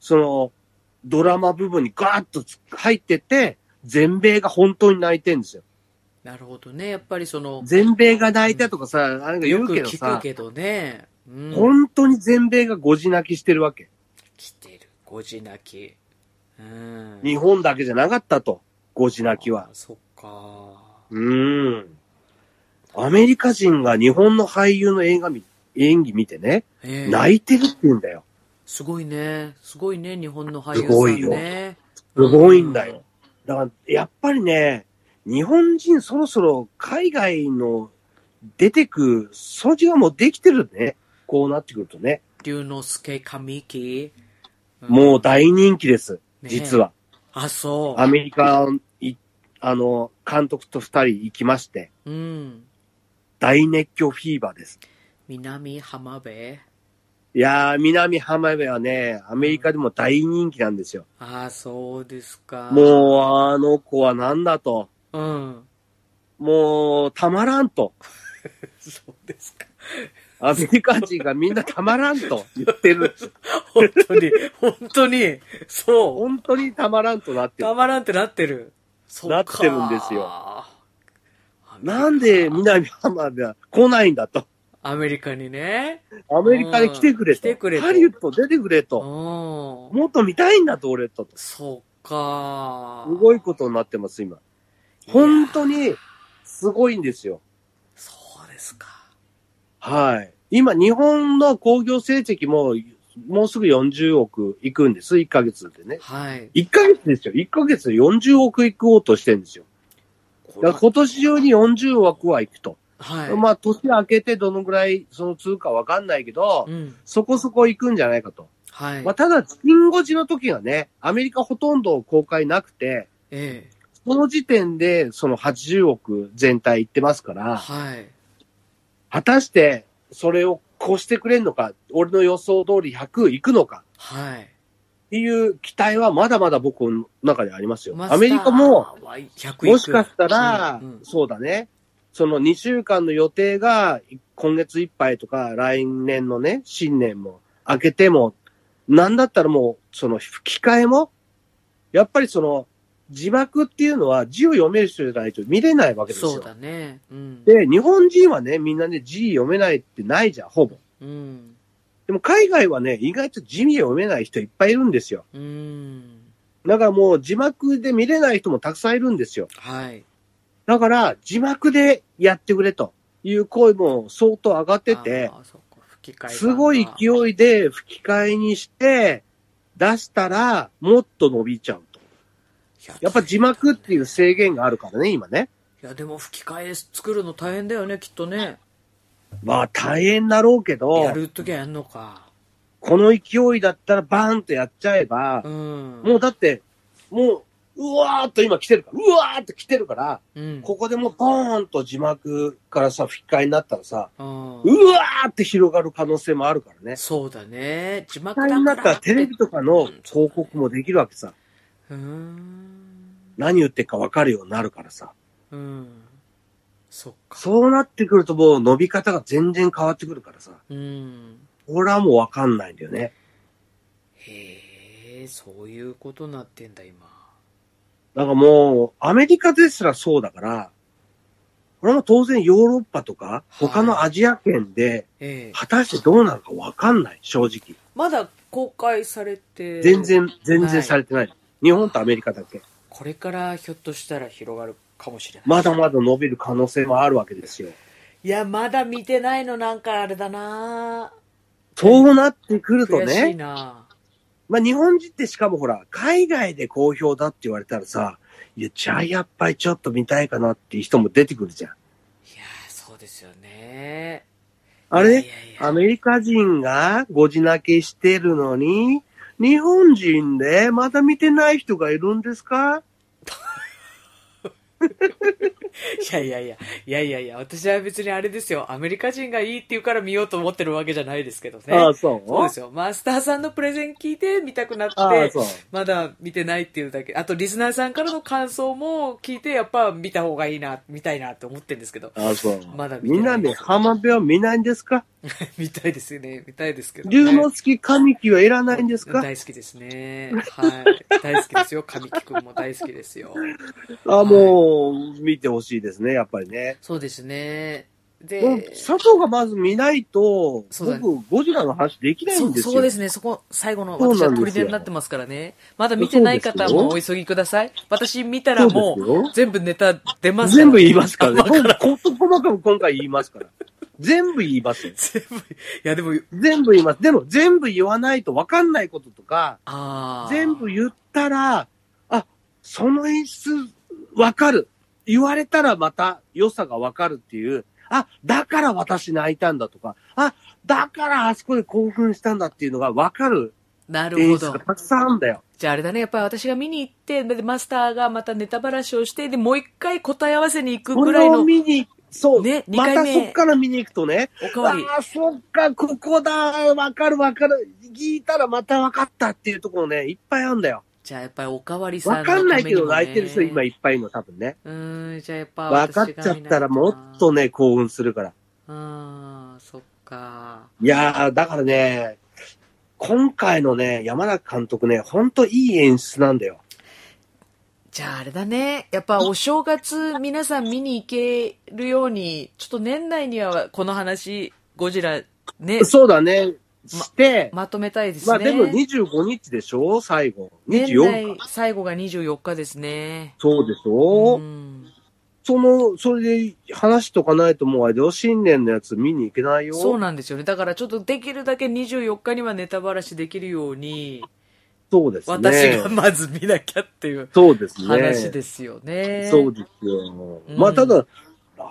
Speaker 1: そのドラマ部分にガーッとつ入ってって、全米が本当に泣いてんですよ。
Speaker 2: なるほどね。やっぱりその、
Speaker 1: 全米が泣いたとかさ、なんか言
Speaker 2: よ
Speaker 1: う
Speaker 2: く
Speaker 1: けど
Speaker 2: 聞
Speaker 1: さ
Speaker 2: く、けどね。うん。
Speaker 1: 本当に全米がご自泣きしてるわけ。
Speaker 2: 来てる。ご自泣き。うん。
Speaker 1: 日本だけじゃなかったと、ご自泣きは
Speaker 2: あ。。そっか。
Speaker 1: うーん。アメリカ人が日本の俳優の映画見、演技見てね、
Speaker 2: ええ
Speaker 1: 泣いてるって言うんだよ。
Speaker 2: すごいね。すごいね、日本の俳優さんね。
Speaker 1: すごいよすごいんだよ。だから、やっぱりね、日本人そろそろ海外の出てく掃除がもうできてるね。こうなってくるとね。
Speaker 2: 龍之介神木。ん
Speaker 1: もう大人気です。実。
Speaker 2: ね
Speaker 1: は。
Speaker 2: あ、そ
Speaker 1: アメリカ、いあの、監督と二人行きまして、
Speaker 2: う。うん。
Speaker 1: 大熱狂フィーバーです。
Speaker 2: 南浜辺。い
Speaker 1: いやー、南浜辺はね、アメリカでも大人気なんですよ。
Speaker 2: あ、そうですか。
Speaker 1: もう、あの子はなんだと。
Speaker 2: う。うん。
Speaker 1: もう、たまらんと。
Speaker 2: そうですか。
Speaker 1: アメリカ人がみんなたまらんと言ってる。
Speaker 2: 本当に、本当に、そう。
Speaker 1: 本当にたまらんとなってる
Speaker 2: た。まらんってなってる。そっか
Speaker 1: なってるんですよ。
Speaker 2: アメリカ
Speaker 1: なんで南浜では来ないんだと。
Speaker 2: アメリカにね。
Speaker 1: アメリカに来てくれと。
Speaker 2: うん来てくれと
Speaker 1: ハリウッド出てくれ
Speaker 2: う
Speaker 1: と。
Speaker 2: ん。
Speaker 1: もっと見たいんだと、俺と。す
Speaker 2: そうか。
Speaker 1: ごいことになってます、今。本当に、すごいんですよ。
Speaker 2: そうですか。
Speaker 1: はい。今、日本の興行成績も、もうすぐ40億いくんです、1ヶ月でね。
Speaker 2: はい。
Speaker 1: 1ヶ月ですよ。1ヶ月で40億いこうとしてるんですよ。
Speaker 2: こ
Speaker 1: だから今年中に40億はいくと。
Speaker 2: はい。
Speaker 1: まあ、年明けてどのぐらい、その通貨わかんないけど、
Speaker 2: うん。
Speaker 1: そこそこ行くんじゃないかと。
Speaker 2: はい。
Speaker 1: まあ、ただ、キンゴジの時はね、アメリカほとんど公開なくて、
Speaker 2: ええ。
Speaker 1: その時点でその80億全体行ってますから、
Speaker 2: はい。
Speaker 1: 果たしてそれを越してくれんのか、俺の予想通り100行くのか
Speaker 2: はい。
Speaker 1: っていう期待はまだまだ僕の中でありますよ。
Speaker 2: マスター
Speaker 1: アメリカも、
Speaker 2: は100
Speaker 1: もしかしたら
Speaker 2: うんう、ん
Speaker 1: そうだね、その2週間の予定が今月いっぱいとか、来年のね、新年も明けても、なんだったらもう、その吹き替えも、やっぱりその、字幕っていうのは字を読める人じゃないと見れないわけですよ。
Speaker 2: そうだね。うん。
Speaker 1: で、日本人はね、みんなね、字読めないってないじゃん、ほぼ。
Speaker 2: うん。
Speaker 1: でも海外はね、意外と字読めない人いっぱいいるんですよ。
Speaker 2: うん。
Speaker 1: だからもう字幕で見れない人もたくさんいるんですよ。
Speaker 2: はい。
Speaker 1: だから、字幕でやってくれという声も相当上がってて、
Speaker 2: あー、そっか吹き替え版が
Speaker 1: すごい勢いで吹き替えにして出したら、もっと伸びちゃうと。やっぱ字幕っていう制限があるからね、今ね。
Speaker 2: いや、でも吹き替え作るの大変だよね、きっとね。
Speaker 1: まあ大変だろうけ
Speaker 2: や
Speaker 1: ど、
Speaker 2: るときはやんのか。
Speaker 1: この勢いだったらバーンとやっちゃえば
Speaker 2: う、ん。
Speaker 1: もうだって、もう、うわーっと今来てるから、うわーっと来てるから、
Speaker 2: うん。
Speaker 1: ここでもうボーンと字幕からさ、吹き替えになったらさ、
Speaker 2: うん
Speaker 1: うわーって広がる可能性もあるからね。
Speaker 2: そうだね。字幕
Speaker 1: 使い
Speaker 2: だ
Speaker 1: にな
Speaker 2: か
Speaker 1: ったら
Speaker 2: ら。
Speaker 1: テレビとかの広告もできるわけさ。
Speaker 2: うーん。
Speaker 1: 何言ってるか分かるようになるからさ。
Speaker 2: うん。そっか。
Speaker 1: そうなってくるともう伸び方が全然変わってくるからさ。
Speaker 2: うん。
Speaker 1: これはもう分かんないんだよね。
Speaker 2: へえ、そういうことなってんだ、今。
Speaker 1: だからもう、アメリカですらそうだから、これも当然ヨーロッパとか、他のアジア圏で、
Speaker 2: ええ。
Speaker 1: 果たしてどうなるか分かんない、正直。
Speaker 2: まだ公開されて、
Speaker 1: 全。然、全然されてない。日本とアメリカだけ。
Speaker 2: これからひょっとしたら広がるかもしれない。
Speaker 1: まだまだ伸びる可能性もあるわけですよ。
Speaker 2: いや、まだ見てないの、なんかあれだな
Speaker 1: そうなってくると
Speaker 2: 悔しい
Speaker 1: ね、
Speaker 2: な
Speaker 1: まあ日本人ってしかもほら、海外で好評だって言われたらさ、いや、じゃあやっぱりちょっと見たいかなっていう人も出てくるじゃん。
Speaker 2: ですよね。
Speaker 1: あれ
Speaker 2: いやいや
Speaker 1: アメリカ人がごじ泣きしてるのに、日本人でまだ見てない人がいるんですか
Speaker 2: いやいやいや、いやいやいや、私は別にあれですよ。アメリカ人がいいって言うから見ようと思ってるわけじゃないですけどね。
Speaker 1: ああ、そう
Speaker 2: そうですよ。マスターさんのプレゼン聞いて見たくなっ
Speaker 1: ああ、
Speaker 2: て、
Speaker 1: そう。
Speaker 2: まだ見てないっていうだけ。あと、リスナーさんからの感想も聞いて、やっぱ見た方がいいな、見たいなって思ってるんですけど。
Speaker 1: ああ、そう。
Speaker 2: まだ見て
Speaker 1: みん
Speaker 2: な
Speaker 1: ないで浜辺は見ないんですか
Speaker 2: 見たいですよね。見たいですけど、ね。
Speaker 1: 龍之介神木はいらないんですか
Speaker 2: 大好きですね。はい。大好きですよ。神木くんも大好きですよ。
Speaker 1: ああ、もう、見てほしいですね、やっぱりね。
Speaker 2: そうですね。で、
Speaker 1: うん佐藤がまず見ないと、
Speaker 2: そうだね
Speaker 1: 僕、ゴジラの話できないん
Speaker 2: そ
Speaker 1: ですよ。
Speaker 2: そうですね。そこ、最後の、
Speaker 1: そうな
Speaker 2: 私
Speaker 1: んですよ
Speaker 2: は取りになってますからね。まだ見てない方は
Speaker 1: そうですよ
Speaker 2: もうお急ぎください。私見たらも
Speaker 1: そうです
Speaker 2: う
Speaker 1: よ、
Speaker 2: 全部ネタ出ますから
Speaker 1: 全部言いますからね。
Speaker 2: あわ
Speaker 1: 僕、こと細かく今回言いますから。全部言いますよ。
Speaker 2: 全部、いやでも、
Speaker 1: 全部言います。でも、全部言わないと分かんないこととか、
Speaker 2: ああ。
Speaker 1: 全部言ったら、あ、その演出分かる。言われたらまた良さが分かるっていう、あ、だから私泣いたんだとか、あ、だからあそこで興奮したんだっていうのが分かる
Speaker 2: なる
Speaker 1: 演
Speaker 2: ほ
Speaker 1: 出が
Speaker 2: ど。
Speaker 1: たくさんあるんだよ。
Speaker 2: じゃああれだね。やっぱり私が見に行って、でマスターがまたネタばらしをして、で、もう一回答え合わせに行く
Speaker 1: こ
Speaker 2: ぐ
Speaker 1: れ
Speaker 2: らい
Speaker 1: を
Speaker 2: の、
Speaker 1: 見に、そう、
Speaker 2: ね二
Speaker 1: ま
Speaker 2: 回
Speaker 1: た
Speaker 2: 目
Speaker 1: そっから見に行くとね、
Speaker 2: おかわり。
Speaker 1: ああ、そっか、ここだ、わかるわかる、聞いたらまたわかったっていうところね、いっぱいあるんだよ。
Speaker 2: じゃあやっぱりおかわりさん
Speaker 1: わ
Speaker 2: のた
Speaker 1: か
Speaker 2: め
Speaker 1: ん
Speaker 2: にも、ね。
Speaker 1: ないけど泣いてる人今いっぱいいるの、多分ね。
Speaker 2: うーん、じゃあやっぱ
Speaker 1: わ
Speaker 2: 私
Speaker 1: か
Speaker 2: が
Speaker 1: っ
Speaker 2: 見
Speaker 1: ち
Speaker 2: な
Speaker 1: ゃ
Speaker 2: い
Speaker 1: ったらもっとね、興奮するから。
Speaker 2: ああ、そっか。
Speaker 1: いやー、だからね、今回のね、山田監督ね、ほんといい演出なんだよ。
Speaker 2: じゃああれだね。やっぱお正月皆さん見に行けるように、ちょっと年内にはこの話、ゴジラね、
Speaker 1: そうだね、して、
Speaker 2: まとめたいですね。
Speaker 1: まあでも25日でしょ最後。
Speaker 2: 年
Speaker 1: 24
Speaker 2: 内
Speaker 1: 日。
Speaker 2: 最後が24日ですね。
Speaker 1: そうでしょ、
Speaker 2: うん
Speaker 1: その、それで話しとかないともうあれだよ、新年のやつ見に行けないよ。
Speaker 2: そう
Speaker 1: そう
Speaker 2: なんですよね。だからちょっとできるだけ24日にはネタばらしできるように、
Speaker 1: ですね。
Speaker 2: 私がまず見なきゃっていう
Speaker 1: そうですね。
Speaker 2: 話ですよね。
Speaker 1: そうですよ。
Speaker 2: うん
Speaker 1: まあ、ただ、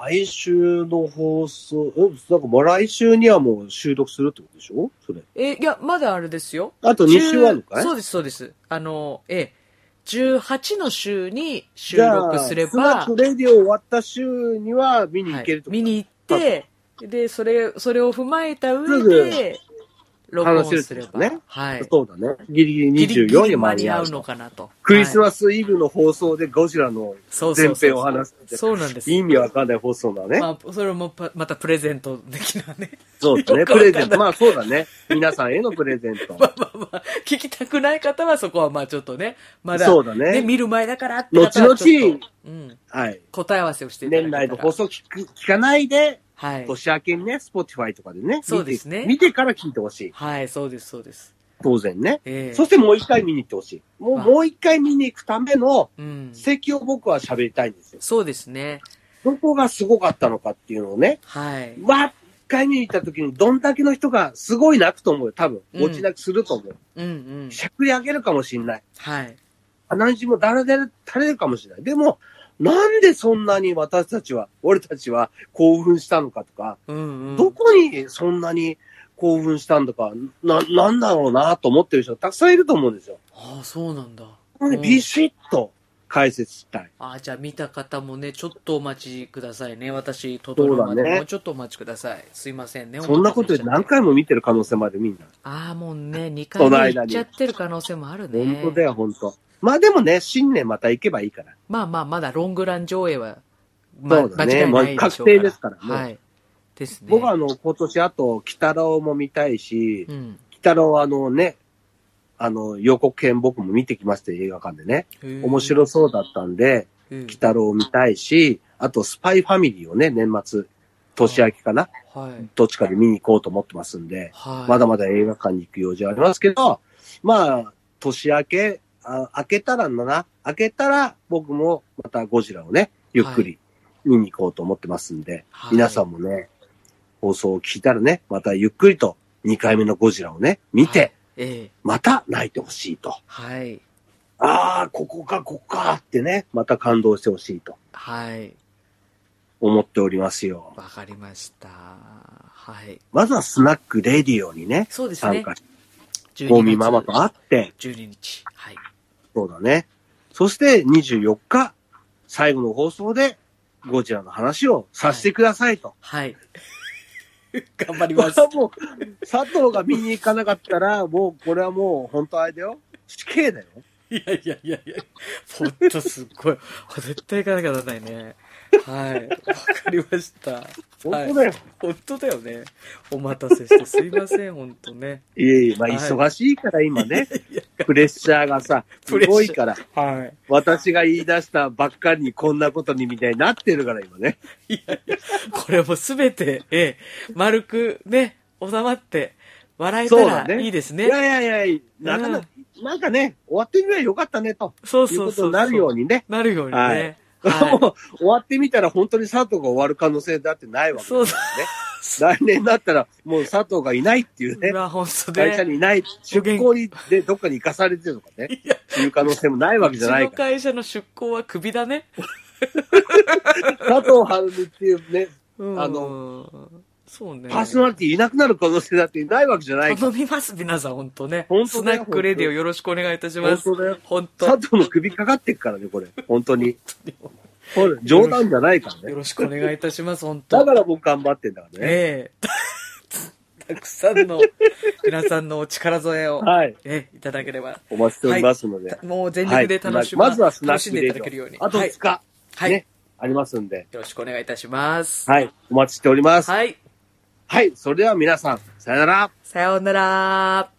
Speaker 1: 来週の放送、うん、なんかもう来週にはもう収録するってことでしょそれ。
Speaker 2: え、いや、まだあれですよ。
Speaker 1: あと2週あるのかい
Speaker 2: そうです、そうです。あの、ええ、18の週に収録すれ
Speaker 1: じゃ
Speaker 2: ば
Speaker 1: あスナッ、クレディオ終わった週には見に
Speaker 2: は
Speaker 1: 行
Speaker 2: い
Speaker 1: けるってこと
Speaker 2: 見に行って、で、それ、それを踏まえた上で、録音すれば。
Speaker 1: 話せるってことね
Speaker 2: はい。
Speaker 1: そうだね。ギリギリ
Speaker 2: ギリギ
Speaker 1: 24
Speaker 2: リ
Speaker 1: に
Speaker 2: 間
Speaker 1: 間
Speaker 2: に
Speaker 1: に
Speaker 2: 合
Speaker 1: 合
Speaker 2: う
Speaker 1: う
Speaker 2: の
Speaker 1: の。
Speaker 2: かなと。
Speaker 1: クリス
Speaker 2: ス
Speaker 1: マスイブの放送でゴジラの前編を話すって、
Speaker 2: そうなんです。
Speaker 1: 意味わかんない放送だね。
Speaker 2: まあ、それもパまたプレゼント的なね。
Speaker 1: そうだね。
Speaker 2: よくわかん
Speaker 1: プ
Speaker 2: な
Speaker 1: レ
Speaker 2: い
Speaker 1: ゼント。まあそうだね。皆さんへのプレゼント。
Speaker 2: まあまあまあ、聞きたくない方はそこはまあちょっとね、まだ、
Speaker 1: そうだね
Speaker 2: 見る前だからって方はちょっと
Speaker 1: 後々
Speaker 2: うん、
Speaker 1: はい。
Speaker 2: 答え合わせをしていただけ
Speaker 1: 年
Speaker 2: た
Speaker 1: 内
Speaker 2: ら
Speaker 1: の放送聞く聞かないで、
Speaker 2: はい。
Speaker 1: 年明けにね、Spotify とかでね。
Speaker 2: そうですね
Speaker 1: 見て見てから聞いてほしい。
Speaker 2: はい、そうです、そうです。
Speaker 1: 当然ね。
Speaker 2: ええ
Speaker 1: そしてもう一回見に行ってほしい。もう、
Speaker 2: まあ
Speaker 1: もう一回見に行くための
Speaker 2: うん。
Speaker 1: 席を僕は喋りたいんですよ。
Speaker 2: そうですね。
Speaker 1: どこがすごかったのかっていうのをね。
Speaker 2: はい。
Speaker 1: まあ、一回見に行った時にどんだけの人がすごい泣くと思うよ。多分。
Speaker 2: うん
Speaker 1: 落ち泣きすると思う。
Speaker 2: うんうん。
Speaker 1: しゃくり上げるかもしんない。
Speaker 2: はい。
Speaker 1: 鼻血もだらだら垂れるかもしれない。でも、なんでそんなに私たちは、俺たちは興奮したのかとか、
Speaker 2: うんうん。
Speaker 1: どこにそんなに興奮したんだか、な、なんだろうなと思ってる人たくさんいると思うんですよ。
Speaker 2: ああ、そうなんだ。うん
Speaker 1: ビシッと解説したい。
Speaker 2: ああ、じゃあ見た方もね、ちょっとお待ちくださいね。私、トトロま
Speaker 1: そうだ
Speaker 2: で
Speaker 1: ね
Speaker 2: もうちょっとお待ちください。すいませんね。
Speaker 1: そんなことで何回も見てる可能性までみんな。
Speaker 2: ああ、もうね、2回目行っちゃってる可能性もあるね。
Speaker 1: 本当だよ、本当。まあでもね、新年また行けばいいから。
Speaker 2: まあまあ、まだロングラン上映は、ま
Speaker 1: そうだね
Speaker 2: 間違いないでしょうから
Speaker 1: まあ確定ですからもう
Speaker 2: はい。ですね。
Speaker 1: 僕はあの、今年あと、北郎も見たいし
Speaker 2: う、ん。
Speaker 1: 北郎はあのね、あの、予告編僕も見てきましたよ映画館でね。面白そうだったんで、
Speaker 2: い
Speaker 1: 北郎を見たいし、あと、スパイファミリーをね、年末、年明けかな、
Speaker 2: はい。
Speaker 1: どっちかで見に行こうと思ってますんで。
Speaker 2: はい。
Speaker 1: まだまだ映画館に行く用事はありますけど、まあ、年明け、あ明けたらだな、明けたら僕もまたゴジラをね、ゆっくり見に行こうと思ってますんで、
Speaker 2: はい
Speaker 1: 皆さんもね、放送を聞いたらね、またゆっくりと2回目のゴジラをね、見て、
Speaker 2: はいええ。
Speaker 1: また泣いてほしいと。
Speaker 2: はい。
Speaker 1: ああ、ここか、ここかってね、また感動してほしいと
Speaker 2: はい。
Speaker 1: 思っておりますよ。
Speaker 2: わかりました。はい。
Speaker 1: まずはスナックレディオにね、
Speaker 2: そうです
Speaker 1: 参
Speaker 2: ね。
Speaker 1: 加して、
Speaker 2: 12
Speaker 1: ゴミママと会って、
Speaker 2: 12日。はい。
Speaker 1: そうだね。そして24日、最後の放送で、ゴジラの話をさせてくださいと。
Speaker 2: はい。 頑張り
Speaker 1: こ
Speaker 2: ま
Speaker 1: れ
Speaker 2: す。
Speaker 1: はもう、佐藤が見に行かなかったら、もう、これはもう、本当あれだよ。死刑だよ。
Speaker 2: いやいやいやいや、ほんとすっごい。絶対行かなきゃならないね。はい。わかりました。
Speaker 1: 本当だよ。
Speaker 2: 本当だよね。お待たせしてすいません、本当ね。
Speaker 1: い、えいえ、まあ、
Speaker 2: はい
Speaker 1: 忙しいから、今ね。プレッシャーがさ、す
Speaker 2: プレッシャー
Speaker 1: ごいから。
Speaker 2: は
Speaker 1: 私が言い出したばっかりにこんなことにみたいになってるから、今ね。
Speaker 2: い。いやいや、これもすべて、ええ、丸くね、収まって、笑え
Speaker 1: そうだ
Speaker 2: たら
Speaker 1: ね
Speaker 2: いいです
Speaker 1: い
Speaker 2: ね。
Speaker 1: やいやいや、なかなか、なんかね、終わってみればよかったね、と。
Speaker 2: そう
Speaker 1: いう
Speaker 2: そう
Speaker 1: こと
Speaker 2: そう。
Speaker 1: になるよう
Speaker 2: に。
Speaker 1: にね。
Speaker 2: なるようにね。はい
Speaker 1: もう、終わってみたら本当に佐藤が終わる可能性だってないわけだからね。 来年だったら、もう佐藤がいないっていうね。
Speaker 2: まあ本当
Speaker 1: 会社
Speaker 2: ね。
Speaker 1: にいない、出向にでどっかに行かされてるとかね、
Speaker 2: いや、
Speaker 1: いう可能性もないわ
Speaker 2: う
Speaker 1: け
Speaker 2: ち
Speaker 1: じゃない
Speaker 2: の
Speaker 1: か
Speaker 2: 会社の出向はクビだね。
Speaker 1: ら。佐藤春美っていうね、
Speaker 2: うん
Speaker 1: あ
Speaker 2: そうね。
Speaker 1: パーソナリティいなくなる可能性だってないわけじゃないから。
Speaker 2: 頼みます、皆さん、本当ね。
Speaker 1: 本当ね
Speaker 2: スナックレディをよろしくお願いいたしま
Speaker 1: 本
Speaker 2: す。
Speaker 1: 当だよ。
Speaker 2: 本当
Speaker 1: 佐藤の首かかってっからね、 これ。本当に。これ冗談じゃないから
Speaker 2: よ
Speaker 1: ね。
Speaker 2: ろしくお願いいたします、本当
Speaker 1: だから僕頑張ってんだからね。
Speaker 2: え えたくさんの、皆さんのお力添えを、
Speaker 1: はい。
Speaker 2: ええいただければ、
Speaker 1: お待ちしておりますので。はい
Speaker 2: もう全力で楽しま、
Speaker 1: まずはスナ
Speaker 2: 楽
Speaker 1: ッ
Speaker 2: し
Speaker 1: ク
Speaker 2: んでい
Speaker 1: レ
Speaker 2: ただける
Speaker 1: デ
Speaker 2: よう
Speaker 1: ィ
Speaker 2: に。
Speaker 1: オ。あと
Speaker 2: はい
Speaker 1: 2。日。
Speaker 2: はい
Speaker 1: ね。ありますんで。
Speaker 2: よろしくお願いいたします。
Speaker 1: はい。お待ちしております。
Speaker 2: はい。
Speaker 1: はい。それでは皆さん、さよなら。
Speaker 2: さようなら。